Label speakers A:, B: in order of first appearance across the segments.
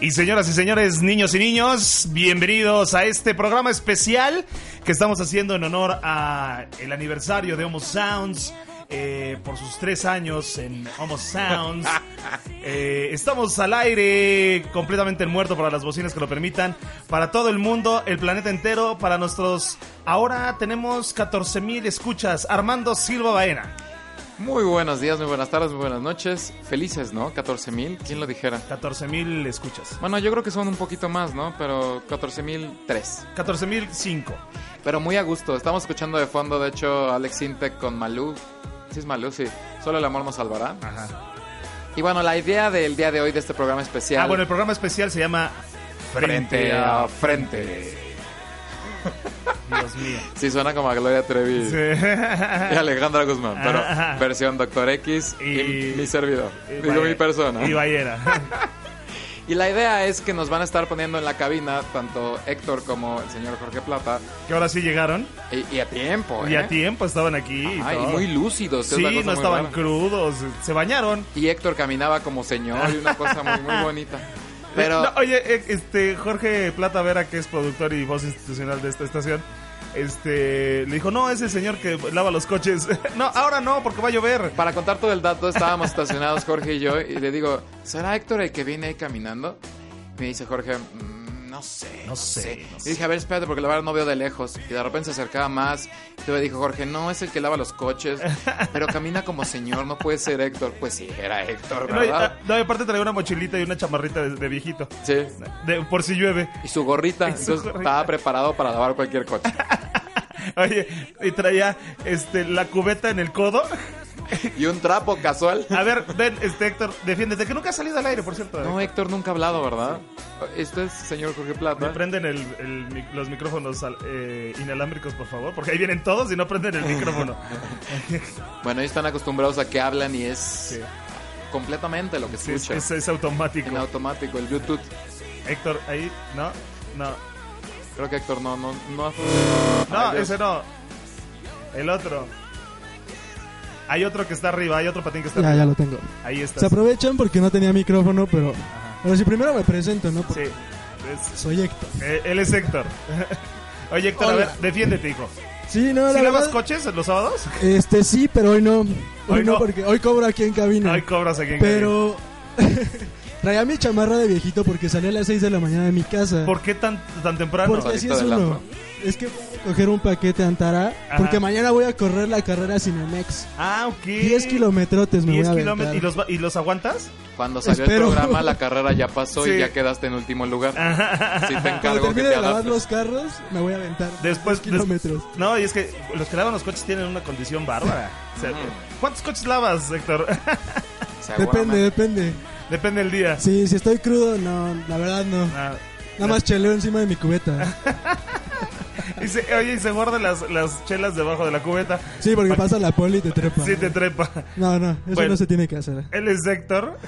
A: Y señoras y señores, niños y niños, bienvenidos a este programa especial que estamos haciendo en honor a el aniversario de Homo Sounds. eh, por sus tres años en Homo Sounds. Eh, estamos al aire completamente en muerto para las bocinas que lo permitan. Para todo el mundo, el planeta entero, para nuestros... Ahora tenemos 14.000 escuchas. Armando Silva Baena.
B: Muy buenos días, muy buenas tardes, muy buenas noches. Felices, ¿no? 14 mil, ¿quién lo dijera?
A: 14.000 escuchas.
B: Bueno, yo creo que son un poquito más, ¿no? Pero 14 mil,
A: 14.005.
B: Pero muy a gusto. Estamos escuchando de fondo, de hecho, Alex Intec con Malú. Sí, es Malú, sí. Solo el amor nos salvará.
A: Ajá.
B: Y bueno, la idea del día de hoy de este programa especial.
A: Ah, bueno, el programa especial se llama
B: frente a frente.
A: Dios mío.
B: Sí, suena como a Gloria Trevi y
A: Sí.
B: Alejandra Guzmán, pero
A: Ajá.
B: versión Doctor X y,
A: Y-
B: mi servidor.
A: Y
B: Digo,
A: Valle-
B: mi persona.
A: Y Ballera.
B: Y la idea es que nos van a estar poniendo en la cabina tanto Héctor como el señor Jorge Plata.
A: que ahora sí llegaron.
B: Y, y a tiempo, ¿eh?
A: Y a tiempo estaban aquí. y
B: Ajá, y
A: todo.
B: muy lúcidos. es una
A: Sí,
B: cosa
A: no
B: muy
A: estaban
B: rara.
A: crudos. Se bañaron.
B: Y Héctor caminaba como señor y una cosa muy, muy bonita. Pero
A: No, oye, eh, este, Jorge Plata Vera, que es productor y voz institucional de esta estación. Este, le dijo, no, es el señor que lava los coches. no, ahora no, porque va a llover.
B: para contar todo el dato, estábamos estacionados Jorge y yo y le digo, ¿será Héctor el que viene ahí caminando? Me dice Jorge, "Mm, no sé.
A: No sé, no sé.
B: Y dije, a ver, espérate, porque la verdad no veo de lejos. Y de repente se acercaba más. Y luego dijo Jorge, no, es el que lava los coches. Pero camina como señor, no puede ser Héctor. Pues sí, era Héctor,
A: No, y,
B: ¿verdad?
A: ah, no, y aparte traía una mochilita y una chamarrita de, de viejito.
B: Sí.
A: De- por si llueve.
B: Y su gorrita.
A: Y su
B: Entonces
A: gorrita.
B: estaba preparado para lavar cualquier coche.
A: Oye, y traía este, la cubeta en el codo.
B: Y un trapo casual.
A: A ver, ven, este Héctor, defiéndete, que nunca ha salido al aire, por cierto.
B: No, Héctor nunca ha hablado, ¿verdad? Este es señor Jorge
A: Me
B: Plata.
A: prenden el, el mic- los micrófonos al- eh, inalámbricos, por favor, porque ahí vienen todos y no prenden el micrófono.
B: Bueno, ellos están acostumbrados a que hablan y es
A: Sí,
B: completamente lo que
A: sí, es,
B: escucha.
A: es- es automático.
B: En automático, el Bluetooth.
A: Héctor, ahí, no, no,
B: Creo que Héctor no, no, no.
A: no,
B: Ay, Dios.
A: ese no. El otro. Hay otro que está arriba, hay otro patín que está
C: Ya,
A: arriba.
C: ya lo tengo.
A: Ahí
C: Se
A: está.
C: aprovechan porque no tenía micrófono, pero.
A: Ajá.
C: Pero si primero me presento, ¿no?
A: Sí,
C: Porque
A: es-
C: Soy Héctor.
A: eh, él es Héctor. Oye, Héctor, a
C: Hola.
A: ver, defiéndete, hijo.
C: Sí, no,
A: ¿Sí
C: la
A: lavas
C: verdad.
A: coches los sábados?
C: Este sí, pero hoy no. Hoy,
A: Hoy
C: no,
A: no.
C: porque hoy cobro aquí en cabina.
A: Ay, cobras aquí en
C: pero. Traía mi chamarra de viejito porque salí a las 6 de la mañana de mi casa.
A: ¿Por qué Ah, tan, tan temprano?
C: porque así
B: Saliste
C: es
B: del
C: uno.
B: antro.
C: Es que voy a coger un paquete a Antara.
A: Ajá.
C: Porque mañana voy a correr la carrera Cinemex.
A: Ah, ok.
C: 10 kilometrotes me
A: 10
C: voy a
A: kilómetros. ¿Y
C: aventar.
A: los, va- ¿Y los aguantas?
B: Cuando salió
C: Espero.
B: el programa, la carrera ya pasó
A: Sí.
B: y ya quedaste en último lugar. Si te
C: Cuando
B: encargo que
C: termine
B: te
C: de lavar
B: adaptes.
C: los carros, me voy a aventar.
A: Después.
C: 10 kilómetros.
A: des- no, y es que los que lavan los coches tienen una condición bárbara. O sea, ¿Cuántos coches lavas, Héctor?
C: Depende,
B: Seguramente.
C: depende.
A: Depende del día.
C: Sí, si estoy crudo, no, la verdad no.
A: Ah,
C: Nada más cheleo encima de mi cubeta.
A: y se- oye, y se guardan las, las chelas debajo de la cubeta.
C: Sí, porque pasa la poli y te trepa.
A: Sí, te trepa.
C: No, no, eso
A: Bueno.
C: no se tiene que hacer.
A: Él es Héctor.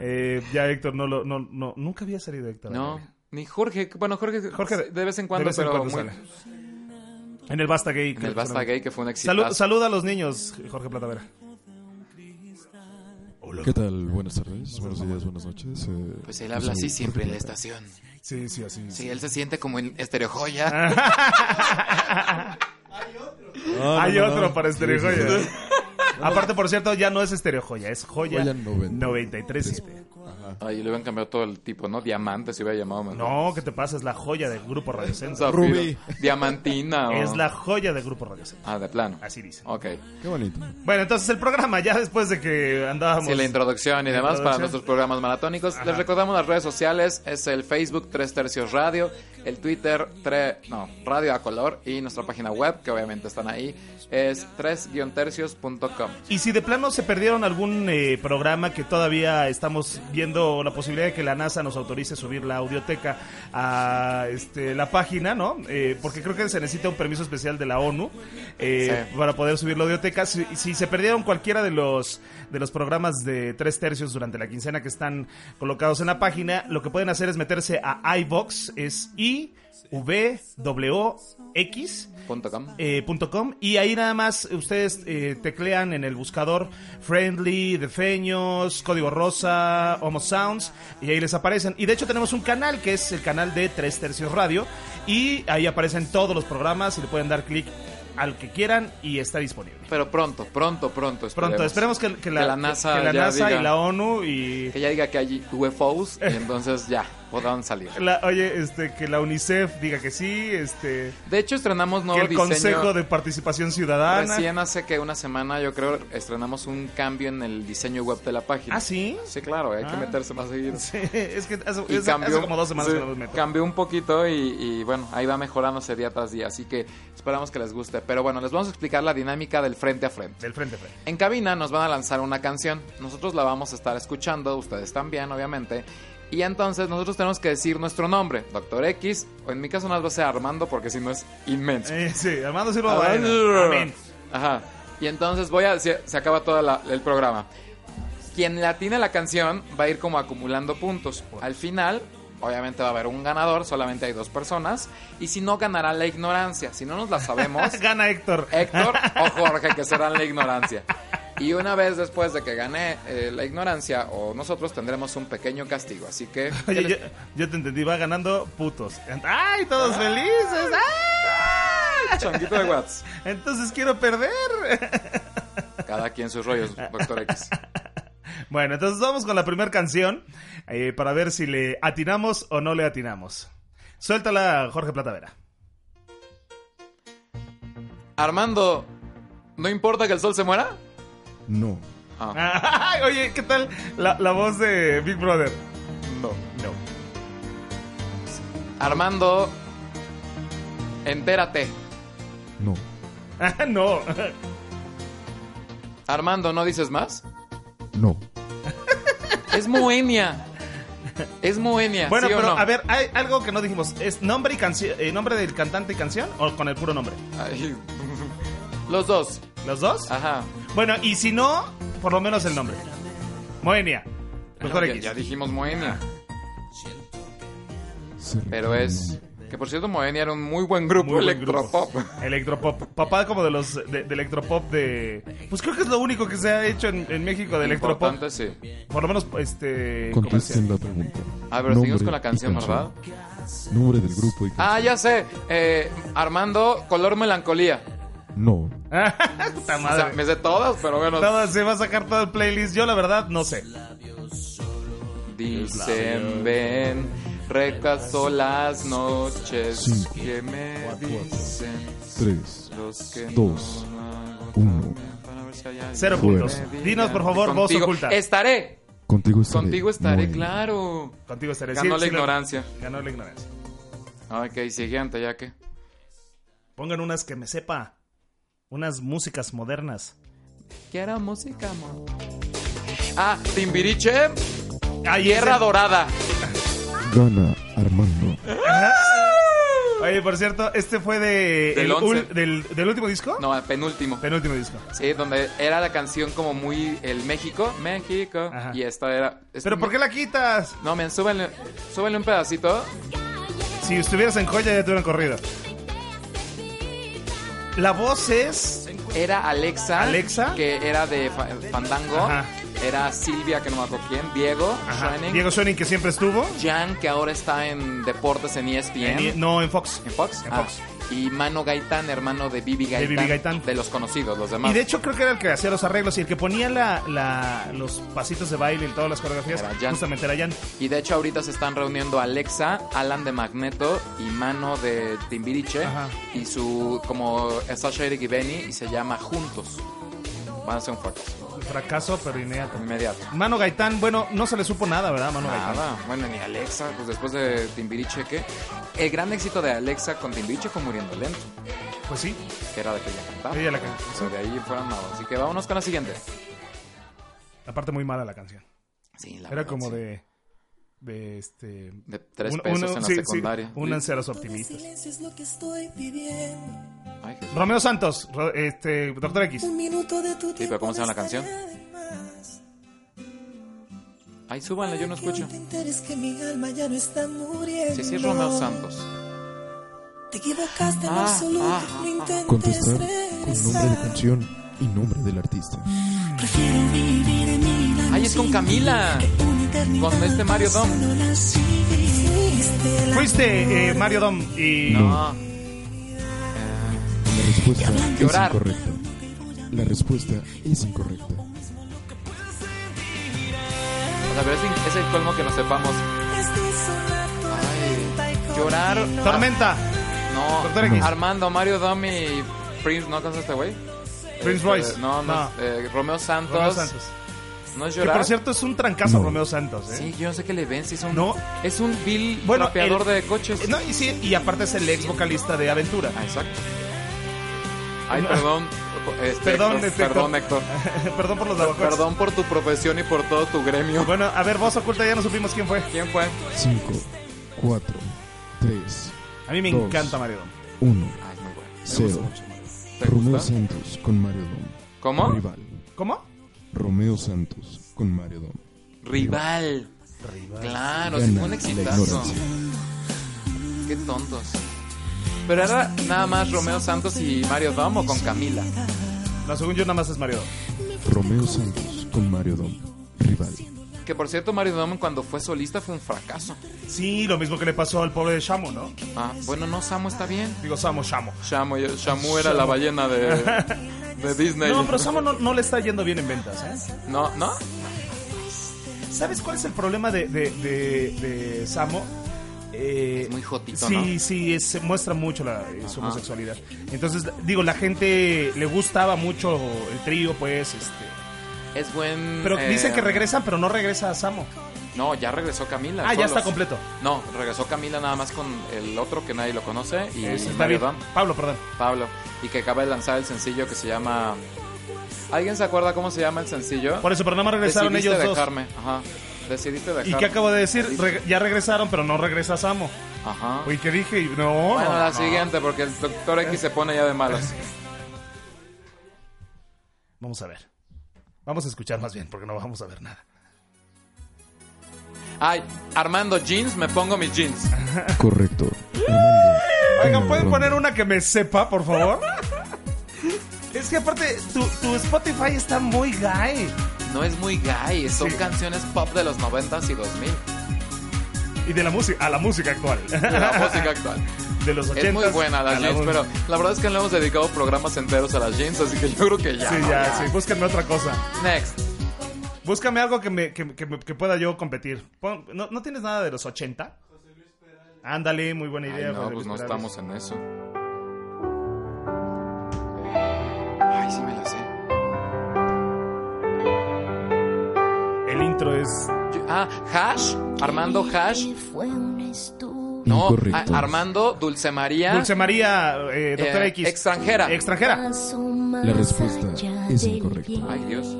A: Eh, ya Héctor no lo. No, no, nunca había salido Héctor.
B: No, ni Jorge. Bueno, Jorge,
A: Jorge de-
B: de vez en cuando,
A: de vez en
B: pero
A: cuando
B: muy-
A: sale. En el Basta Gay.
B: en el Basta Gay, que fue un éxito.
A: Salud- saluda a los niños, Jorge Platavera.
D: ¿Qué tal? Buenas tardes, buenos días, buenas noches. eh,
B: Pues él habla así
D: soy
B: siempre en la
D: Jorge Plata.
B: estación.
A: Sí, sí, así.
B: Sí, él se siente como en oh, estereojoya.
D: Ah,
A: Hay
D: no, no,
A: otro
D: no.
A: para
D: Sí,
A: Estereo
D: sí,
A: Joya.
D: sí.
A: Aparte, por cierto, ya no es Estereo Joya, es Joya,
D: Joya 90.
A: 93.
B: Ay, le hubieran cambiado todo el tipo, ¿no? Diamante se hubiera llamado. mejor.
A: Ah. No, ¿qué te pasa? Es la joya del Grupo Radio Centro.
B: Zafiro.
D: Rubí.
B: Diamantina. o-
A: Es la joya del Grupo Radio Centro.
B: Ah, de plano.
A: Así dicen.
B: Ok.
D: Qué bonito.
A: Bueno, entonces el programa, ya después de que andábamos...
B: Sí, la introducción y demás para
A: introducción.
B: nuestros programas maratónicos. Les recordamos las redes sociales. Es el Facebook Tres Tercios Radio, el Twitter tre- no, Radio a Color y nuestra página web, que obviamente están ahí, es 3-tercios.com.
A: Y si de plano se perdieron algún eh, programa que todavía estamos viendo la posibilidad de que la NASA nos autorice subir la audioteca a este, la página, ¿no? Eh, porque creo que se necesita un permiso especial de la ONU eh,
B: Sí.
A: para poder subir la audioteca. Si, si se perdieron cualquiera de los de los programas de tres tercios durante la quincena que están colocados en la página, lo que pueden hacer es meterse a iBox, es i www.x
B: Punto com.
A: eh, punto com, y ahí nada más ustedes eh, teclean en el buscador Friendly, Defeños, Código Rosa, Homo Sounds y ahí les aparecen. Y de hecho tenemos un canal que es el canal de Tres Tercios Radio y ahí aparecen todos los programas y le pueden dar clic al que quieran y está disponible.
B: Pero pronto, pronto, pronto.
A: Pronto, esperemos que, que la,
B: Que la NASA
A: que la
B: ya
A: NASA
B: diga.
A: y la ONU y...
B: Que ya diga que hay UFOs y entonces ya, podrán salir.
A: la- oye, este, que la UNICEF diga que sí, este,
B: De hecho, estrenamos
A: que
B: nuevo
A: el
B: diseño.
A: Consejo de Participación Ciudadana.
B: Recién hace que una semana, yo creo, estrenamos un cambio en el diseño web de la página.
A: ¿Ah, sí?
B: Sí, claro, hay
A: Ah.
B: que meterse más seguido.
A: Sí, es que hace,
B: Y
A: es- hace como dos semanas
B: sí,
A: que no los meto.
B: Cambió un poquito y, y, bueno, ahí va mejorándose día tras día, así que esperamos que les guste. Pero bueno, les vamos a explicar la dinámica del frente a frente.
A: Del frente a frente.
B: En cabina nos van a lanzar una canción, nosotros la vamos a estar escuchando, ustedes también, obviamente. Y entonces nosotros tenemos que decir nuestro nombre, Doctor X, o en mi caso no va a ser Armando porque si no es inmenso.
A: Eh, sí, Armando Silva
B: Armando
A: Baena.
B: Silva.
A: Amén.
B: Ajá. Y entonces voy a. Se, se acaba todo el programa. Quien latina la canción va a ir como acumulando puntos. Al final, obviamente va a haber un ganador, solamente hay dos personas. Y si no, ganará la ignorancia. Si no nos la sabemos,
A: Gana Héctor.
B: Héctor o Jorge, que serán la ignorancia. Y una vez después de que gane eh, la ignorancia, o nosotros tendremos un pequeño castigo. Así que. ¿qué
A: Oye,
B: les-
A: yo, yo te entendí, va ganando putos. ¡Ay, todos felices! ¡Ah!
B: Changuito de Watts.
A: Entonces quiero perder.
B: Cada quien sus rollos, Doctor X.
A: Bueno, entonces vamos con la primera canción eh, para ver si le atinamos o no le atinamos. Suéltala, Jorge Platavera.
B: Armando, ¿no importa que el sol se muera?
D: No.
B: Ah.
A: Ay, oye, ¿qué tal la, la voz de Big Brother?
B: No.
A: No.
B: Armando, entérate.
D: No.
A: Ah, no.
B: Armando, ¿no dices más?
D: No.
B: Es Moenia. Es Moenia.
A: Bueno,
B: ¿sí o
A: pero
B: no?
A: a ver, hay algo que no dijimos. ¿Es nombre y canción, eh, nombre del cantante y canción o con el puro nombre?
B: Ay, Los dos.
A: ¿Los dos?
B: Ajá.
A: Bueno, y si no, por lo menos el nombre. Moenia. Doctor
B: ya,
A: X.
B: ya dijimos Moenia.
D: Se
B: Pero
D: recuerda
B: es. Que por cierto, Moenia era un muy buen grupo
A: Muy buen
B: electropop.
A: grupo. Electropop. Papá como de los de, de electropop de. Pues creo que es lo único que se ha hecho en, en México de electropop.
B: Importante, sí.
A: Por lo menos este. comercial.
D: Contesten la pregunta.
B: A ver, Ah, seguimos
D: Nombre
B: con la
D: y
B: canción, ¿verdad?
D: Nombre del grupo y
B: Ah, ya sé. Eh, Armando, color melancolía.
D: No.
A: Puta
B: O sea,
A: madre.
B: me sé todas, pero bueno.
A: Todo, se va a sacar todo el playlist. Yo la verdad no sé.
B: Dicen, ven, recaso las noches
D: Cinco,
B: que me dicen
D: Tres.
B: los que
D: dos,
B: no
D: uno.
B: Para ver si hay alguien
A: Cero
B: que
A: puntos.
B: me diga.
A: Dinos, por favor, voz
B: Contigo
A: oculta.
B: Estaré,
D: Contigo estaré.
B: contigo estaré,
D: Moenia.
B: claro.
A: Contigo estaré. Sí,
B: Ganó la
A: sí, lo-
B: ignorancia. Ah,
A: Ganó la ignorancia.
B: Ok, siguiente, ya que.
A: Pongan unas que me sepa. Unas músicas modernas.
B: Quiero música, amor. Ah, Timbiriche,
A: Ay,
B: Tierra
A: ese-
B: Dorada.
D: Gana Armando.
A: Oye, por cierto, este fue de
B: ¡Ah! Del
A: el ul-
B: once.
A: del, del último disco.
B: No, el penúltimo.
A: Penúltimo disco.
B: Sí, donde era la canción como muy el México, México.
A: Ajá.
B: Y esta era.
A: Pero ¿por qué la quitas?
B: No, men, súbele, súbele un pedacito.
A: Si estuvieras en joya ya te hubieran corrido. La voz es.
B: Era Alexa.
A: Alexa.
B: Que era de Fa- Fandango.
A: Ajá.
B: Era Silvia, que no me acuerdo quién. Diego.
A: Ajá,
B: Shining.
A: Diego Schoening, que siempre estuvo.
B: Jan, que ahora está en Deportes en E ESPN.
A: Y- no, en E Fox.
B: ¿En Fox?
A: En
B: Ah,
A: Fox.
B: Y Mano Gaitán, hermano de Bibi Gaitán.
A: Bibi Gaitán.
B: de los conocidos, los demás.
A: Y de hecho creo que era el que hacía los arreglos y el que ponía la, la- los pasitos de baile y todas las coreografías.
B: Era Jan.
A: Justamente era Jan.
B: Y de hecho ahorita se están reuniendo Alexa, Alan de Magneto y Mano de Timbiriche
A: Ajá.
B: y su como Sasha Eric y Benny y se llama Juntos. Van a ser un fracaso
A: Fracaso, pero inmediato.
B: inmediato.
A: Mano Gaitán, bueno, no se le supo nada, ¿verdad, Mano Gaitán?
B: Nada, bueno, ni Alexa, pues después de Timbiriche, ¿qué? El gran éxito de Alexa con Timbiriche fue Muriendo Lento,
A: Pues sí,
B: que era de que ella cantaba.
A: ella la cantó.
B: Pero de ahí fueron nada. Así que vámonos con la siguiente.
A: Aparte muy mala la canción.
B: Sí, la
A: Era
B: verdad,
A: como
B: sí.
A: de... De este...
B: De tres
A: un-
B: pesos
A: uno-
B: en la
A: sí, sí,
B: secundaria.
A: unas ceras
E: Todo de
A: optimistas.
E: silencio es lo que estoy viviendo.
B: Ay, Jesús.
A: Romeo Santos, Ro- este, Doctor X.
E: Un minuto de tu tiempo.
B: pero ¿cómo se llama la
E: no
B: canción?
E: estaría de más.
B: Ay, súbanla, yo no
E: Que hoy
B: escucho.
E: te enteres que mi alma ya no está muriendo.
B: Sí, sí, es Romeo Santos.
E: Te equivocaste en
B: Ah,
E: absoluto,
B: ah,
E: no intentes
D: Contestar con nombre de
E: regresar.
D: canción y nombre del artista.
E: Prefiero vivir en Milán
B: Ay, es con
E: sin
B: Camila.
E: ti que una eternidad
B: Con este Mario Dom.
E: pasándola así. Fuiste la
A: Fuiste eh,
E: mejor
A: Mario Dom y
B: No.
D: La respuesta es
B: Llorar.
D: incorrecta. La respuesta es incorrecta.
B: O sea, pero es, in- es el colmo que no sepamos.
E: Este sola tormenta y
B: Llorar.
A: Tormenta, Doctor X.
B: No. Armando, Mario Domi y Prince, ¿no conoces a este güey?
A: Prince
B: Este,
A: Royce.
B: No, no.
A: No.
B: es- eh, Romeo, Santos,
A: Romeo Santos.
B: No es
A: Que
B: llorar.
A: por cierto es un trancazo
D: No.
A: Romeo Santos, ¿eh?
B: Sí, yo no sé que le ven si es un.
A: No.
B: Es un vil
A: Bueno,
B: rapeador
A: el-
B: de coches.
A: No, y sí, y aparte es el ex vocalista de Aventura.
B: Ah, exacto. Ay,
A: No.
B: perdón. este,
A: Perdón,
B: Héctor,
A: este,
B: perdón, Héctor.
A: Perdón por los lavacoches.
B: Perdón por tu profesión y por todo tu gremio.
A: Bueno, a ver, voz oculta, ya no supimos quién fue.
B: ¿Quién fue?
D: 5, 4, 3,
A: A mí me
D: Dos.
A: encanta Mario Dom.
D: 1,
B: Ay, es muy bueno.
D: 0.
B: ¿Te
D: Romeo
B: gusta?
D: Santos con Mario Dom.
B: ¿Cómo?
D: Rival.
A: ¿Cómo?
D: Romeo Santos con Mario Dom.
B: Rival. Claro, sí,
D: Gana
B: Ah, fue un
D: la
B: exitazo.
D: ignorancia.
B: Qué tontos. Pero era nada más Romeo Santos y Mario Dom o con Camila.
A: No, según yo nada más es Mario Dom.
D: Romeo Santos con Mario Dom. Rival.
B: Que por cierto, Mario Dom cuando fue solista fue un fracaso.
A: Sí, lo mismo que le pasó al pobre de Shamo, ¿no?
B: Ah, bueno, no, Samu está bien.
A: Digo, Samo, Shamo.
B: Shamu, Shamu era la ballena de, de Disney.
A: No, pero Samo no, no le está yendo bien en ventas, ¿eh?
B: No, ¿no?
A: ¿Sabes cuál es el problema de, de, de, de Samo? Eh,
B: Es muy jotito,
A: sí,
B: ¿no?
A: sí, es- se muestra mucho la, eh, su homosexualidad. Entonces, digo, la gente le gustaba mucho el trío, pues, este...
B: Es buen.
A: Pero
B: eh,
A: dicen que regresan, pero no regresa Samo.
B: No, ya regresó Camila.
A: Ah, ya
B: solos.
A: está completo.
B: No, regresó Camila nada más con el otro que nadie lo conoce y
A: Es
B: Mario
A: Eh, Este, David.
B: Dom.
A: Pablo, perdón.
B: Pablo, y que acaba de lanzar el sencillo que se llama... ¿Alguien se acuerda cómo se llama el sencillo?
A: Por eso, pero nada más regresaron
B: Decidiste
A: ellos dos.
B: dejarme. Ajá. Decidiste dejarme.
A: ¿Y qué acabo de decir? Reg- ya regresaron, pero no regresa Samo.
B: Ajá.
A: Uy, ¿qué dije? No.
B: bueno,
A: no,
B: la
A: no.
B: siguiente, porque el Doctor X se pone ya de malas.
A: Vamos a ver. Vamos a escuchar más bien, porque no vamos a ver nada.
B: Ay, Armando Jeans, me pongo mis jeans.
D: Correcto. Armando.
A: Oigan,
D: Gana
A: ¿pueden
D: la
A: poner
D: ronda.
A: una que me sepa, por favor? es que aparte, tu, tu Spotify está muy gay.
B: No es muy gay, son
A: Sí.
B: canciones pop de los 90s y 2000.
A: Y de la música, a la música actual.
B: De la música actual.
A: De los 80.
B: Es muy buena las jeans,
A: música.
B: pero la verdad es que no hemos dedicado programas enteros a las jeans, así que yo creo que ya.
A: Sí,
B: ¿no?
A: ya, sí. Búsquenme otra cosa.
B: Next.
A: Búscame algo que, me, que, que me- que pueda yo competir. Pon- ¿no, no tienes nada de los 80? Ándale, muy buena idea.
B: Ay, no,
A: José
B: pues
A: Luis
B: no
A: Perales.
B: estamos en eso. Ay, sí me la sé.
A: El intro es
B: Yo- ah, Hash, Armando Hash. No,
D: Incorrecto.
B: a- Armando Dulce María.
A: Dulce María, eh, Doctora
B: eh,
A: X.
B: Extranjera.
A: Extranjera.
D: La respuesta es incorrecta.
B: Ay, Dios.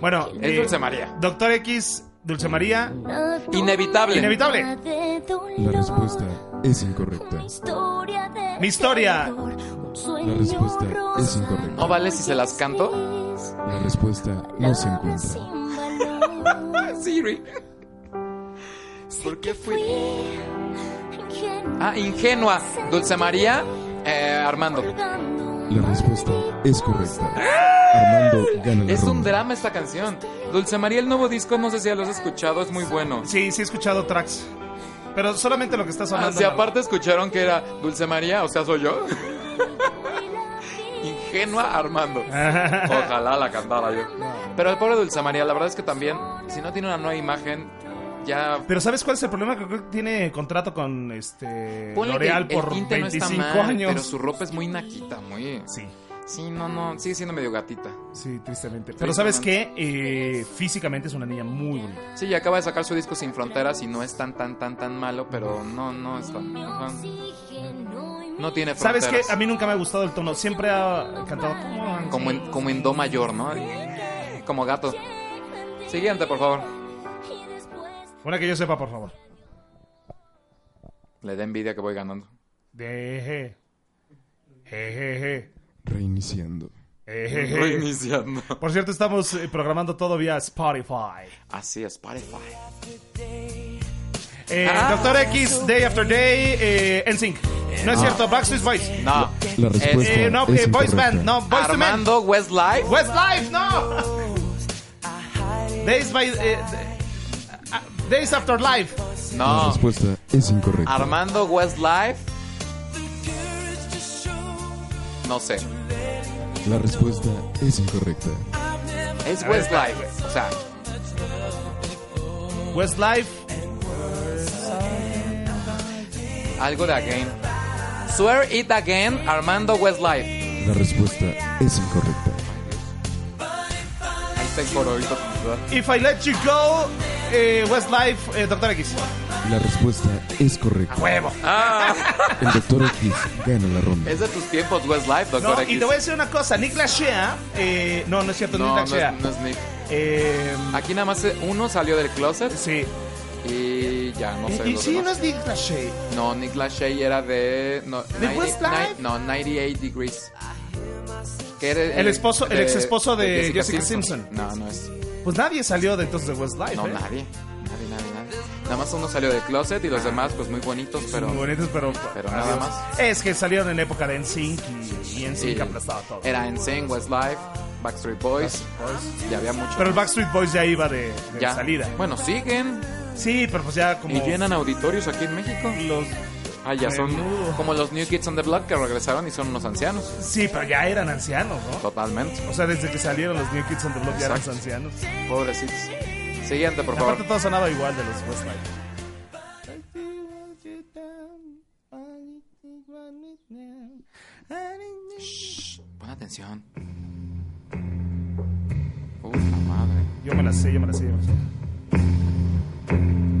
A: Bueno, eh,
B: Es Dulce María.
A: Doctor X, Dulce María,
B: Inevitable.
A: inevitable.
D: La respuesta es incorrecta.
F: Mi historia.
D: La respuesta es incorrecta.
B: ¿No vale si se las canto?
D: La respuesta no se encuentra.
B: Ah, Siri. ¿Por qué fui? Ah, ingenua. Dulce María. eh, Armando.
D: La respuesta es correcta. Armando gana la
B: Es un
D: ronda.
B: drama esta canción. Dulce María, el nuevo disco, no sé si ya lo has escuchado, es muy bueno.
A: Sí, sí he escuchado tracks. Pero solamente lo que está
B: Ah,
A: sonando.
B: si aparte escucharon que era Dulce María, o sea, soy yo. Ingenua Armando. Ojalá la cantara yo. Pero el pobre Dulce María, la verdad es que también, si no tiene una nueva imagen, ya.
A: Pero ¿sabes cuál es el problema? Que creo que tiene contrato con este
B: Ponle que
A: L'Oreal
B: el- el
A: por
B: tinte no está
A: 25
B: mal,
A: años.
B: Pero su ropa es muy naquita, muy.
A: Sí,
B: Sí, no, no, sigue siendo medio gatita.
A: sí, tristemente. Pero ¿sabes qué? Eh, físicamente es una niña muy bonita.
B: Sí, y acaba de sacar su disco Sin Fronteras y no es tan, tan, tan, tan malo, pero no, no está. ajá. No tiene fronteras.
A: ¿Sabes qué? A mí nunca me ha gustado el tono. Siempre ha cantado...
B: Como en, como en do mayor, ¿no? Como gato. Siguiente, por favor.
A: Una que yo sepa, por favor.
B: Le da envidia que voy ganando.
A: Deje. Jejeje.
D: Reiniciando.
A: Ejeje.
B: Reiniciando.
A: Por cierto, estamos eh, programando todo vía Spotify.
B: Así es, Spotify.
A: Eh,
B: Ah.
A: Ah. Doctor X, Day After Day, eh, NSYNC. No es cierto, Backstreet Boys.
B: No.
D: La
B: Es-
D: respuesta
A: Eh, no,
D: es
A: eh, Boys
D: incorrecta.
A: Band, no, Boys to Men.
B: Armando Westlife.
A: Westlife, no. Days by. eh, ah, Days After Life.
D: La
B: No.
D: respuesta es incorrecta.
B: Armando Westlife. No sé.
D: La respuesta es incorrecta.
B: Es
A: A ver,
B: Westlife. O sea,
A: Westlife.
B: algo de Again. Swear It Again, Armando Westlife.
D: La respuesta es incorrecta.
B: Ahí está el coro ahorita, por favor.
A: If I Let You Go. eh, Westlife, eh, Doctor X. Ah,
D: La respuesta es correcta.
A: Huevo.
D: El Doctor X gana la ronda.
B: Es de tus tiempos, Westlife, doctor
A: No,
B: X.
A: y te voy a decir una cosa. Nick Lachea. eh, no, no es cierto,
B: no,
A: no
B: no
A: es
B: es,
A: Nick Lachea.
B: no es Nick.
A: Eh,
B: Aquí nada más uno salió del closet
A: sí.
B: y ya, no sé.
A: Y, y
B: los
A: sí, no
B: demás.
A: es Nick Lachey.
B: No, Nick Lachey era de. No,
A: ¿De Westlife?
B: ni- no, 98 Degrees. Que era
A: El esposo- el exesposo de Jessica Simpson.
B: No, no es.
A: Pues nadie salió de entonces de Westlife.
B: No,
A: ¿eh?
B: nadie. Nadie, nadie, nadie. Nada más uno salió del closet y los demás, pues muy bonitos, pero.
A: Muy bonitos, pero.
B: pero nada más.
A: Es que salieron en la época de NSYNC y, y NSYNC
B: y
A: aplastaba todo.
B: Era NSYNC, Westlife, Backstreet Boys. Y había mucho.
A: Pero el Backstreet Boys ya iba de, de
B: ya.
A: salida.
B: Bueno, siguen
A: Sí, pero pues ya como.
B: y llenan auditorios aquí en México.
A: los.
B: Ah, ya son
A: Menudo.
B: como los New Kids on the Block que regresaron y son unos ancianos.
A: Sí, pero ya eran ancianos, ¿no?
B: Totalmente.
A: O sea, desde que salieron los New Kids on the Block ya eran
B: Exacto.
A: ancianos.
B: Pobrecitos. Siguiente, por favor.
A: Aparte todo sonaba igual de los Westlife.
B: Pon atención. Uy, la madre.
A: Yo me la sé, yo me la sé, yo me la sé.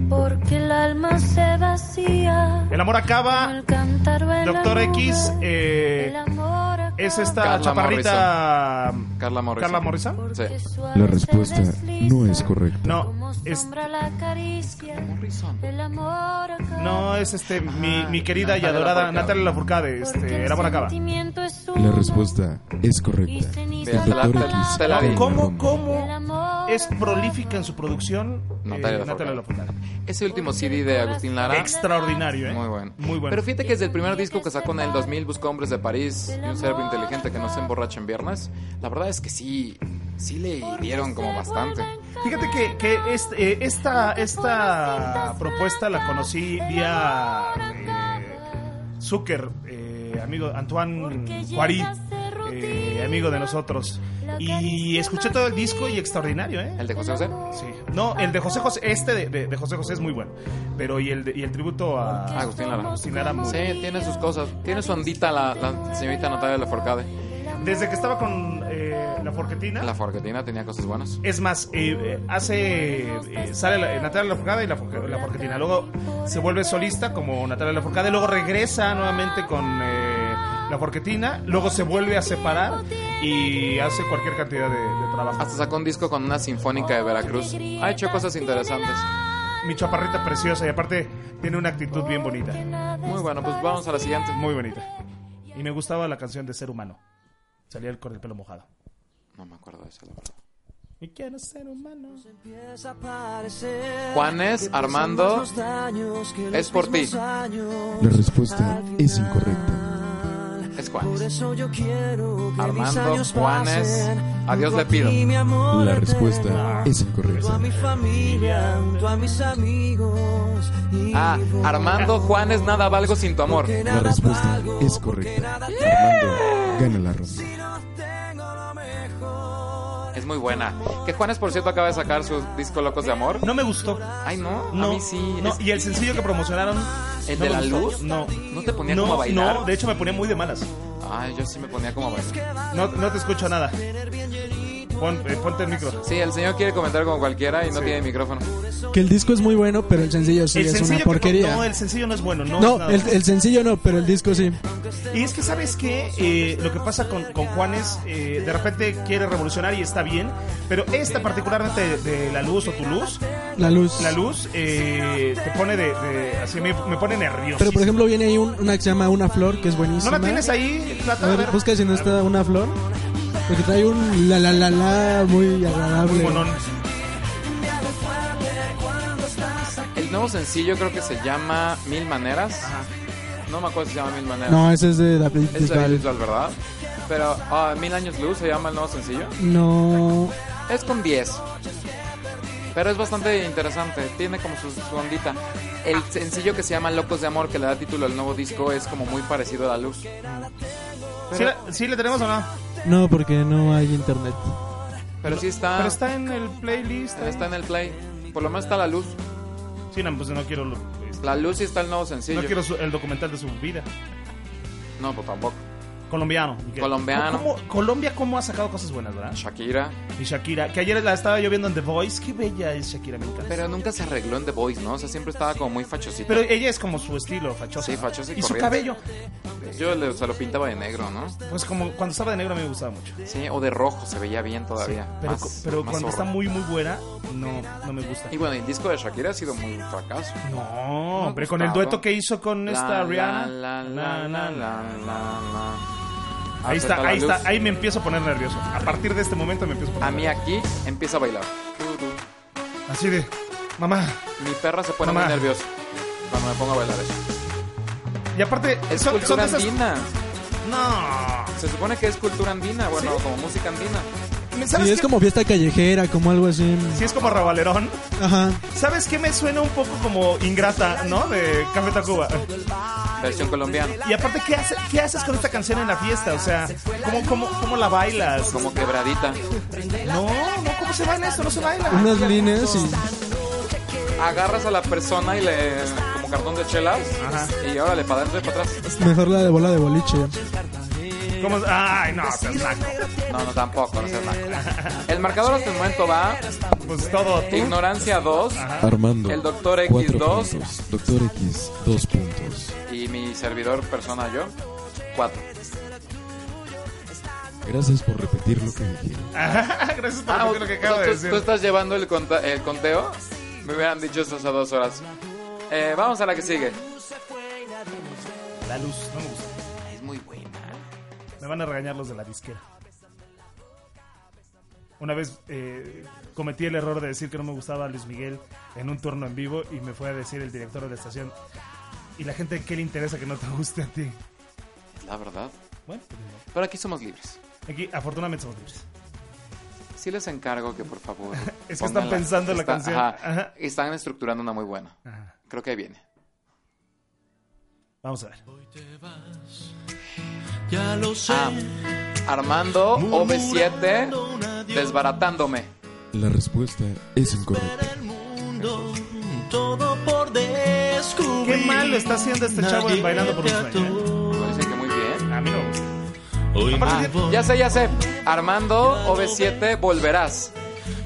F: Porque el alma se vacía.
A: El amor acaba.
F: El cántaro en la
A: Doctor X
F: nube,
A: eh,
F: el amor acaba,
A: es esta
B: Carla
A: chaparrita.
B: Carla Morrison.
A: ¿Carla Morrison?
F: porque
B: Sí.
F: su
D: La
F: alma se
D: respuesta no
F: desliza,
D: es correcta.
A: No,
F: Como
A: es,
F: sombra la caricia.
B: Morrison.
F: El amor acaba.
A: no es este mi, mi querida y
B: Natalia
A: adorada
B: Lafourcade.
A: Natalia Lafourcade,
F: porque
A: este,
F: el
A: el amor acaba.
F: sentimiento es
D: La
F: humo
D: respuesta es
F: y
D: correcta.
F: ceniza
B: Mira,
D: El Doctor
F: la
D: X
F: palabra.
B: te la di.
D: gana la
A: ¿Cómo,
D: ronda.
F: El
A: cómo
F: amor
A: es
F: acaba.
A: prolífica en su producción eh,
B: Natalia Lafourcade.
A: Natalia Lafourcade?
B: Ese último CD de Agustín Lara.
A: Extraordinario, ¿eh?
B: Muy bueno.
A: Muy bueno.
B: Pero fíjate que desde el primer disco que sacó en el 2000, Buscó Hombres de París y un cerebro inteligente que no se emborracha en viernes. La verdad es que sí, sí le hirieron como bastante.
A: Fíjate que, que este, eh, esta, esta propuesta la conocí vía eh, Zucker, eh, amigo Antoine Juarí, eh, amigo de nosotros. Y escuché todo el disco y extraordinario, ¿eh?
B: El de José José.
A: Sí. No, el de José José, este de, de- de José José es muy bueno. Pero y el, de- y el tributo a
B: Ah, Agustín Lara.
A: Agustín Lara, muy
B: Sí, tiene sus cosas. Tiene su ondita la, la señorita Natalia Laforcade.
A: Desde que estaba con eh, la forquetina.
B: La Forquetina tenía cosas buenas.
A: Es más, eh, eh, hace. eh, sale la- Natalia Lafourcade y la, Forque- la Forquetina. Luego se vuelve solista como Natalia Lafourcade. Luego regresa nuevamente con eh, la Forquetina. Luego se vuelve a separar y hace cualquier cantidad de, de trabajo.
B: Hasta sacó un disco con una sinfónica de Veracruz. Ha hecho cosas interesantes.
A: Mi chaparrita preciosa y aparte tiene una actitud bien bonita.
B: Muy bueno, pues vamos a la siguiente.
A: Muy bonita. Y me gustaba la canción de Ser Humano. Salía él con el pelo mojado.
B: No me acuerdo de eso, la verdad.
A: Y quiero ser humano.
B: Juanes, Armando, es por ti.
D: La respuesta es incorrecta.
B: Es Juanes. Pues, Armando, Juanes, a Dios le pido.
D: La respuesta es incorrecta.
B: Ah, Armando, Juanes, nada valgo sin tu amor.
D: La respuesta es correcta. Armando gana la ronda.
B: Es muy buena. Que Juanes, por cierto, acaba de sacar su disco Locos de Amor.
A: No me gustó.
B: Ay, no,
A: No,
B: a mí sí.
A: no,
B: es-
A: y el sencillo que promocionaron.
B: ¿El
A: no
B: de
A: me
B: la
A: gustó.
B: luz?
A: No.
B: ¿No te ponía como a bailar?
A: No, de hecho me ponía muy de malas.
B: Ay, yo sí me ponía como a bailar.
A: No, no te escucho nada. Pon- eh, ponte el micro.
B: Sí, el señor quiere comentar como cualquiera y no tiene micrófono.
C: Que el disco es muy bueno, pero el sencillo sí
A: El
C: es
A: sencillo
C: una
A: que-
C: porquería.
A: no, el sencillo no es bueno. No,
C: No,
A: nada.
C: el, el sencillo no, pero el disco sí.
A: Y es que, ¿sabes qué? Eh, lo que pasa con, con Juan es, eh, de repente quiere revolucionar y está bien, pero esta particularmente de, de La Luz o Tu Luz,
C: La luz.
A: La Luz eh, te pone de, de- así me, me pone nervioso.
C: Pero por ejemplo viene ahí un- una que se llama Una Flor, que es
A: ¿No
C: buenísima.
A: la tienes ahí, Plata?
C: A ver, busca si no está Una Flor. Porque trae un la la la la muy
A: Muy
C: agradable.
A: monón.
B: El nuevo sencillo creo que se llama Mil Maneras. no me acuerdo si se llama Mil Maneras.
C: No, ese es de David
B: Es de
C: Bisbal.
B: Visual, ¿verdad? Pero ah, Mil Años Luz se llama el nuevo sencillo.
C: No.
B: Es con 10. Pero es bastante interesante. Tiene como su, su ondita. El sencillo que se llama Locos de Amor, que le da título al nuevo disco, es como muy parecido a La Luz.
A: ¿Sí, la- sí le tenemos o no?
C: No, porque no hay internet.
B: Pero sí está,
A: Pero
B: está,
A: está en el playlist. ¿eh?
B: en el play. Por lo menos está La Luz.
A: Sí, no, pues no quiero, lo-
B: La Luz sí está el nuevo sencillo.
A: no quiero su- el documental de su vida.
B: No, pues tampoco.
A: Colombiano. Miguel.
B: Colombiano.
A: ¿Cómo- Colombia, ¿cómo ha sacado cosas buenas, verdad?
B: Shakira.
A: Y Shakira, que ayer la estaba yo viendo en The Voice. Qué bella es Shakira, me encanta.
B: Pero nunca se arregló en The Voice, ¿no? O sea, siempre estaba como muy fachosita.
A: Pero eh, ella es como su estilo, fachosa.
B: Sí, fachosa y
A: Y su
B: corriente.
A: cabello,
B: Yo le- se lo pintaba de negro, ¿no?
A: pues como cuando estaba de negro a mí me gustaba mucho.
B: Sí, o de rojo, se veía bien todavía.
A: Pero,
B: Más-
A: co- pero
B: más
A: cuando está
B: zorro.
A: muy, muy buena, no, no me gusta.
B: Y bueno, el disco de Shakira ha sido muy un fracaso.
A: No, hombre,
B: gustaba.
A: con el dueto que hizo con esta
B: La,
A: Rihanna.
B: la, la, la, la, la, la.
A: Ahí
B: Acepta
A: está,
B: la
A: ahí está,
B: luz.
A: ahí me empiezo a poner nervioso. A partir de este momento me empiezo a poner
B: A mí aquí empieza a bailar.
A: nervioso. Así de, mamá.
B: Mi perra se pone
A: Mamá.
B: muy nerviosa cuando me pongo a bailar eso.
A: Y aparte,
B: Es
A: son, son
B: cultura
A: de esas.
B: andina.
A: No.
B: Se supone que es cultura andina, bueno, como música andina.
A: ¿Sabes
C: Sí, es
A: qué?
C: como fiesta callejera, como algo así.
A: Sí, es como Rabalerón.
C: Ajá.
A: ¿Sabes qué me suena un poco como Ingrata, ¿no? De Café Tacuba.
B: Versión colombiana.
A: Y aparte, ¿qué, hace- qué haces con esta canción en la fiesta? O sea, ¿cómo, cómo, cómo la bailas?
B: Como quebradita.
A: No, no, ¿cómo se baila esto? No se baila.
C: Unas líneas y.
B: Agarras a la persona y le. como cartón de chelas.
A: Ajá.
B: Y ahora le para adentro y para atrás.
C: Mejor la de bola de boliche.
A: ¿Cómo? Ay, no, pues, seas naco.
B: No, no, tampoco, no seas naco. El marcador hasta el momento va.
A: Pues todo tú.
B: Ignorancia 2.
D: Armando.
B: El Doctor X
D: cuatro
B: dos.
D: puntos. Doctor X, dos puntos.
B: Y mi servidor persona yo, cuatro.
D: Gracias por repetir lo que dije.
A: Gracias por repetir Ah, lo que acabo
B: o sea,
A: de
B: tú,
A: decir.
B: tú estás llevando el, conta- el conteo. Me hubieran dicho eso hace dos horas. Eh, vamos a la que sigue.
A: La luz, no me gusta. Es muy buena. Me van a regañar los de la disquera. Una vez eh, cometí el error de decir que no me gustaba Luis Miguel en un turno en vivo y me fue a decir el director de la estación. ¿Y la gente qué le interesa que no te guste a ti?
B: La verdad.
A: Bueno, pues, ni
B: Pero aquí somos libres.
A: modo. aquí afortunadamente somos libres.
B: Sí les encargo que por favor.
A: Es que están pensando en la canción. Ajá.
B: Están estructurando una muy buena.
A: Ajá.
B: Creo que ahí viene.
A: Vamos a ver.
G: Ya lo sé,
B: Ah, Armando OV7 desbaratándome.
D: La respuesta es incorrecta.
G: todo por descubrir.
A: Qué mal está haciendo este chavo
G: Nadie
A: en Bailando por un
G: te
A: Sueño. ¿eh?
B: Lo dicen que muy bien.
A: A mí no me gusta.
G: Hoy
B: Ah,
G: me voy,
B: ya sé, ya sé. Armando OV7 volverás.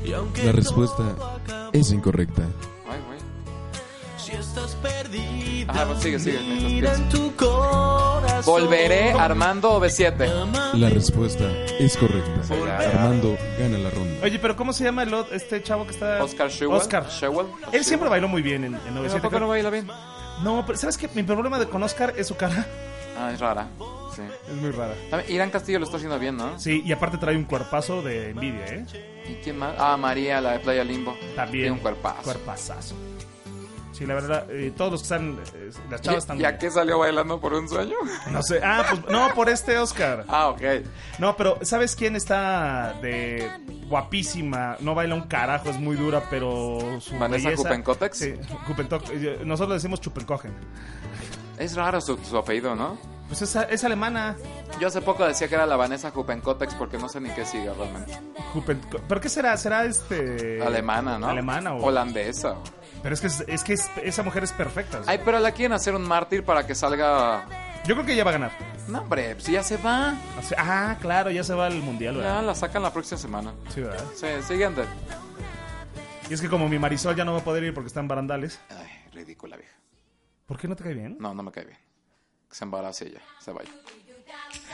G: y aunque
D: La respuesta es incorrecta.
B: Ay, güey.
G: si estás perdida,
B: Ajá, pues sigue, sigue. mientras
G: mira
B: pienso.
G: en tu corazón.
B: Volveré Armando OV7.
D: La respuesta es correcta.
B: ya.
D: Armando gana la ronda.
A: Oye, pero ¿cómo se llama el, ot- este chavo que está...?
B: Oscar Shewell.
A: Oscar.
B: Shewell.
A: Él siempre bailó muy bien en, en 97.
B: ¿Por qué no baila bien?
A: No, pero ¿sabes qué? Mi problema de- con Oscar es su cara.
B: Ah, es rara. Sí.
A: Es muy rara.
B: También Irán Castillo lo está haciendo bien, ¿no?
A: Sí, y aparte trae un cuerpazo de envidia, ¿eh?
B: ¿Y quién más? Ah, María, la de Playa Limbo.
A: También.
B: Tiene un cuerpazo.
A: Cuerpazazo. Sí, la verdad, eh, todos los que están. eh, las chavas están.
B: ¿Y, y a qué salió bailando por un sueño?
A: No sé. Ah, pues no, por este Oscar.
B: Ah, ok.
A: No, pero ¿sabes quién está de guapísima? No baila un carajo, es muy dura, pero su.
B: ¿Vanessa
A: belleza-
B: Kupenkotex?
A: Sí, Kupentok- eh, Nosotros le decimos Chupencogen.
B: Es raro su, su apellido, ¿no?
A: Pues es, es alemana.
B: Yo hace poco decía que era la Vanessa Jupencotex porque no sé ni qué sigue realmente.
A: Kupenko- ¿Pero qué será? ¿Será este.
B: Alemana, ¿no?
A: Alemana o.
B: Holandesa.
A: Pero es que, es, es que es- esa mujer es perfecta. o sea.
B: Ay, pero la quieren hacer un mártir para que salga...
A: Yo creo que ella va a ganar.
B: No, hombre, si ya se va.
A: O sea, ah, claro, ya se va al mundial,
B: Ya
A: ¿verdad?
B: la sacan la próxima semana.
A: Sí, ¿verdad?
B: Sí, siguiente.
A: Y es que como mi Marisol ya no va a poder ir porque está en barandales.
B: Ay, ridícula vieja.
A: ¿Por qué no te cae bien?
B: No, no me cae bien. Que se embarace ella, se vaya.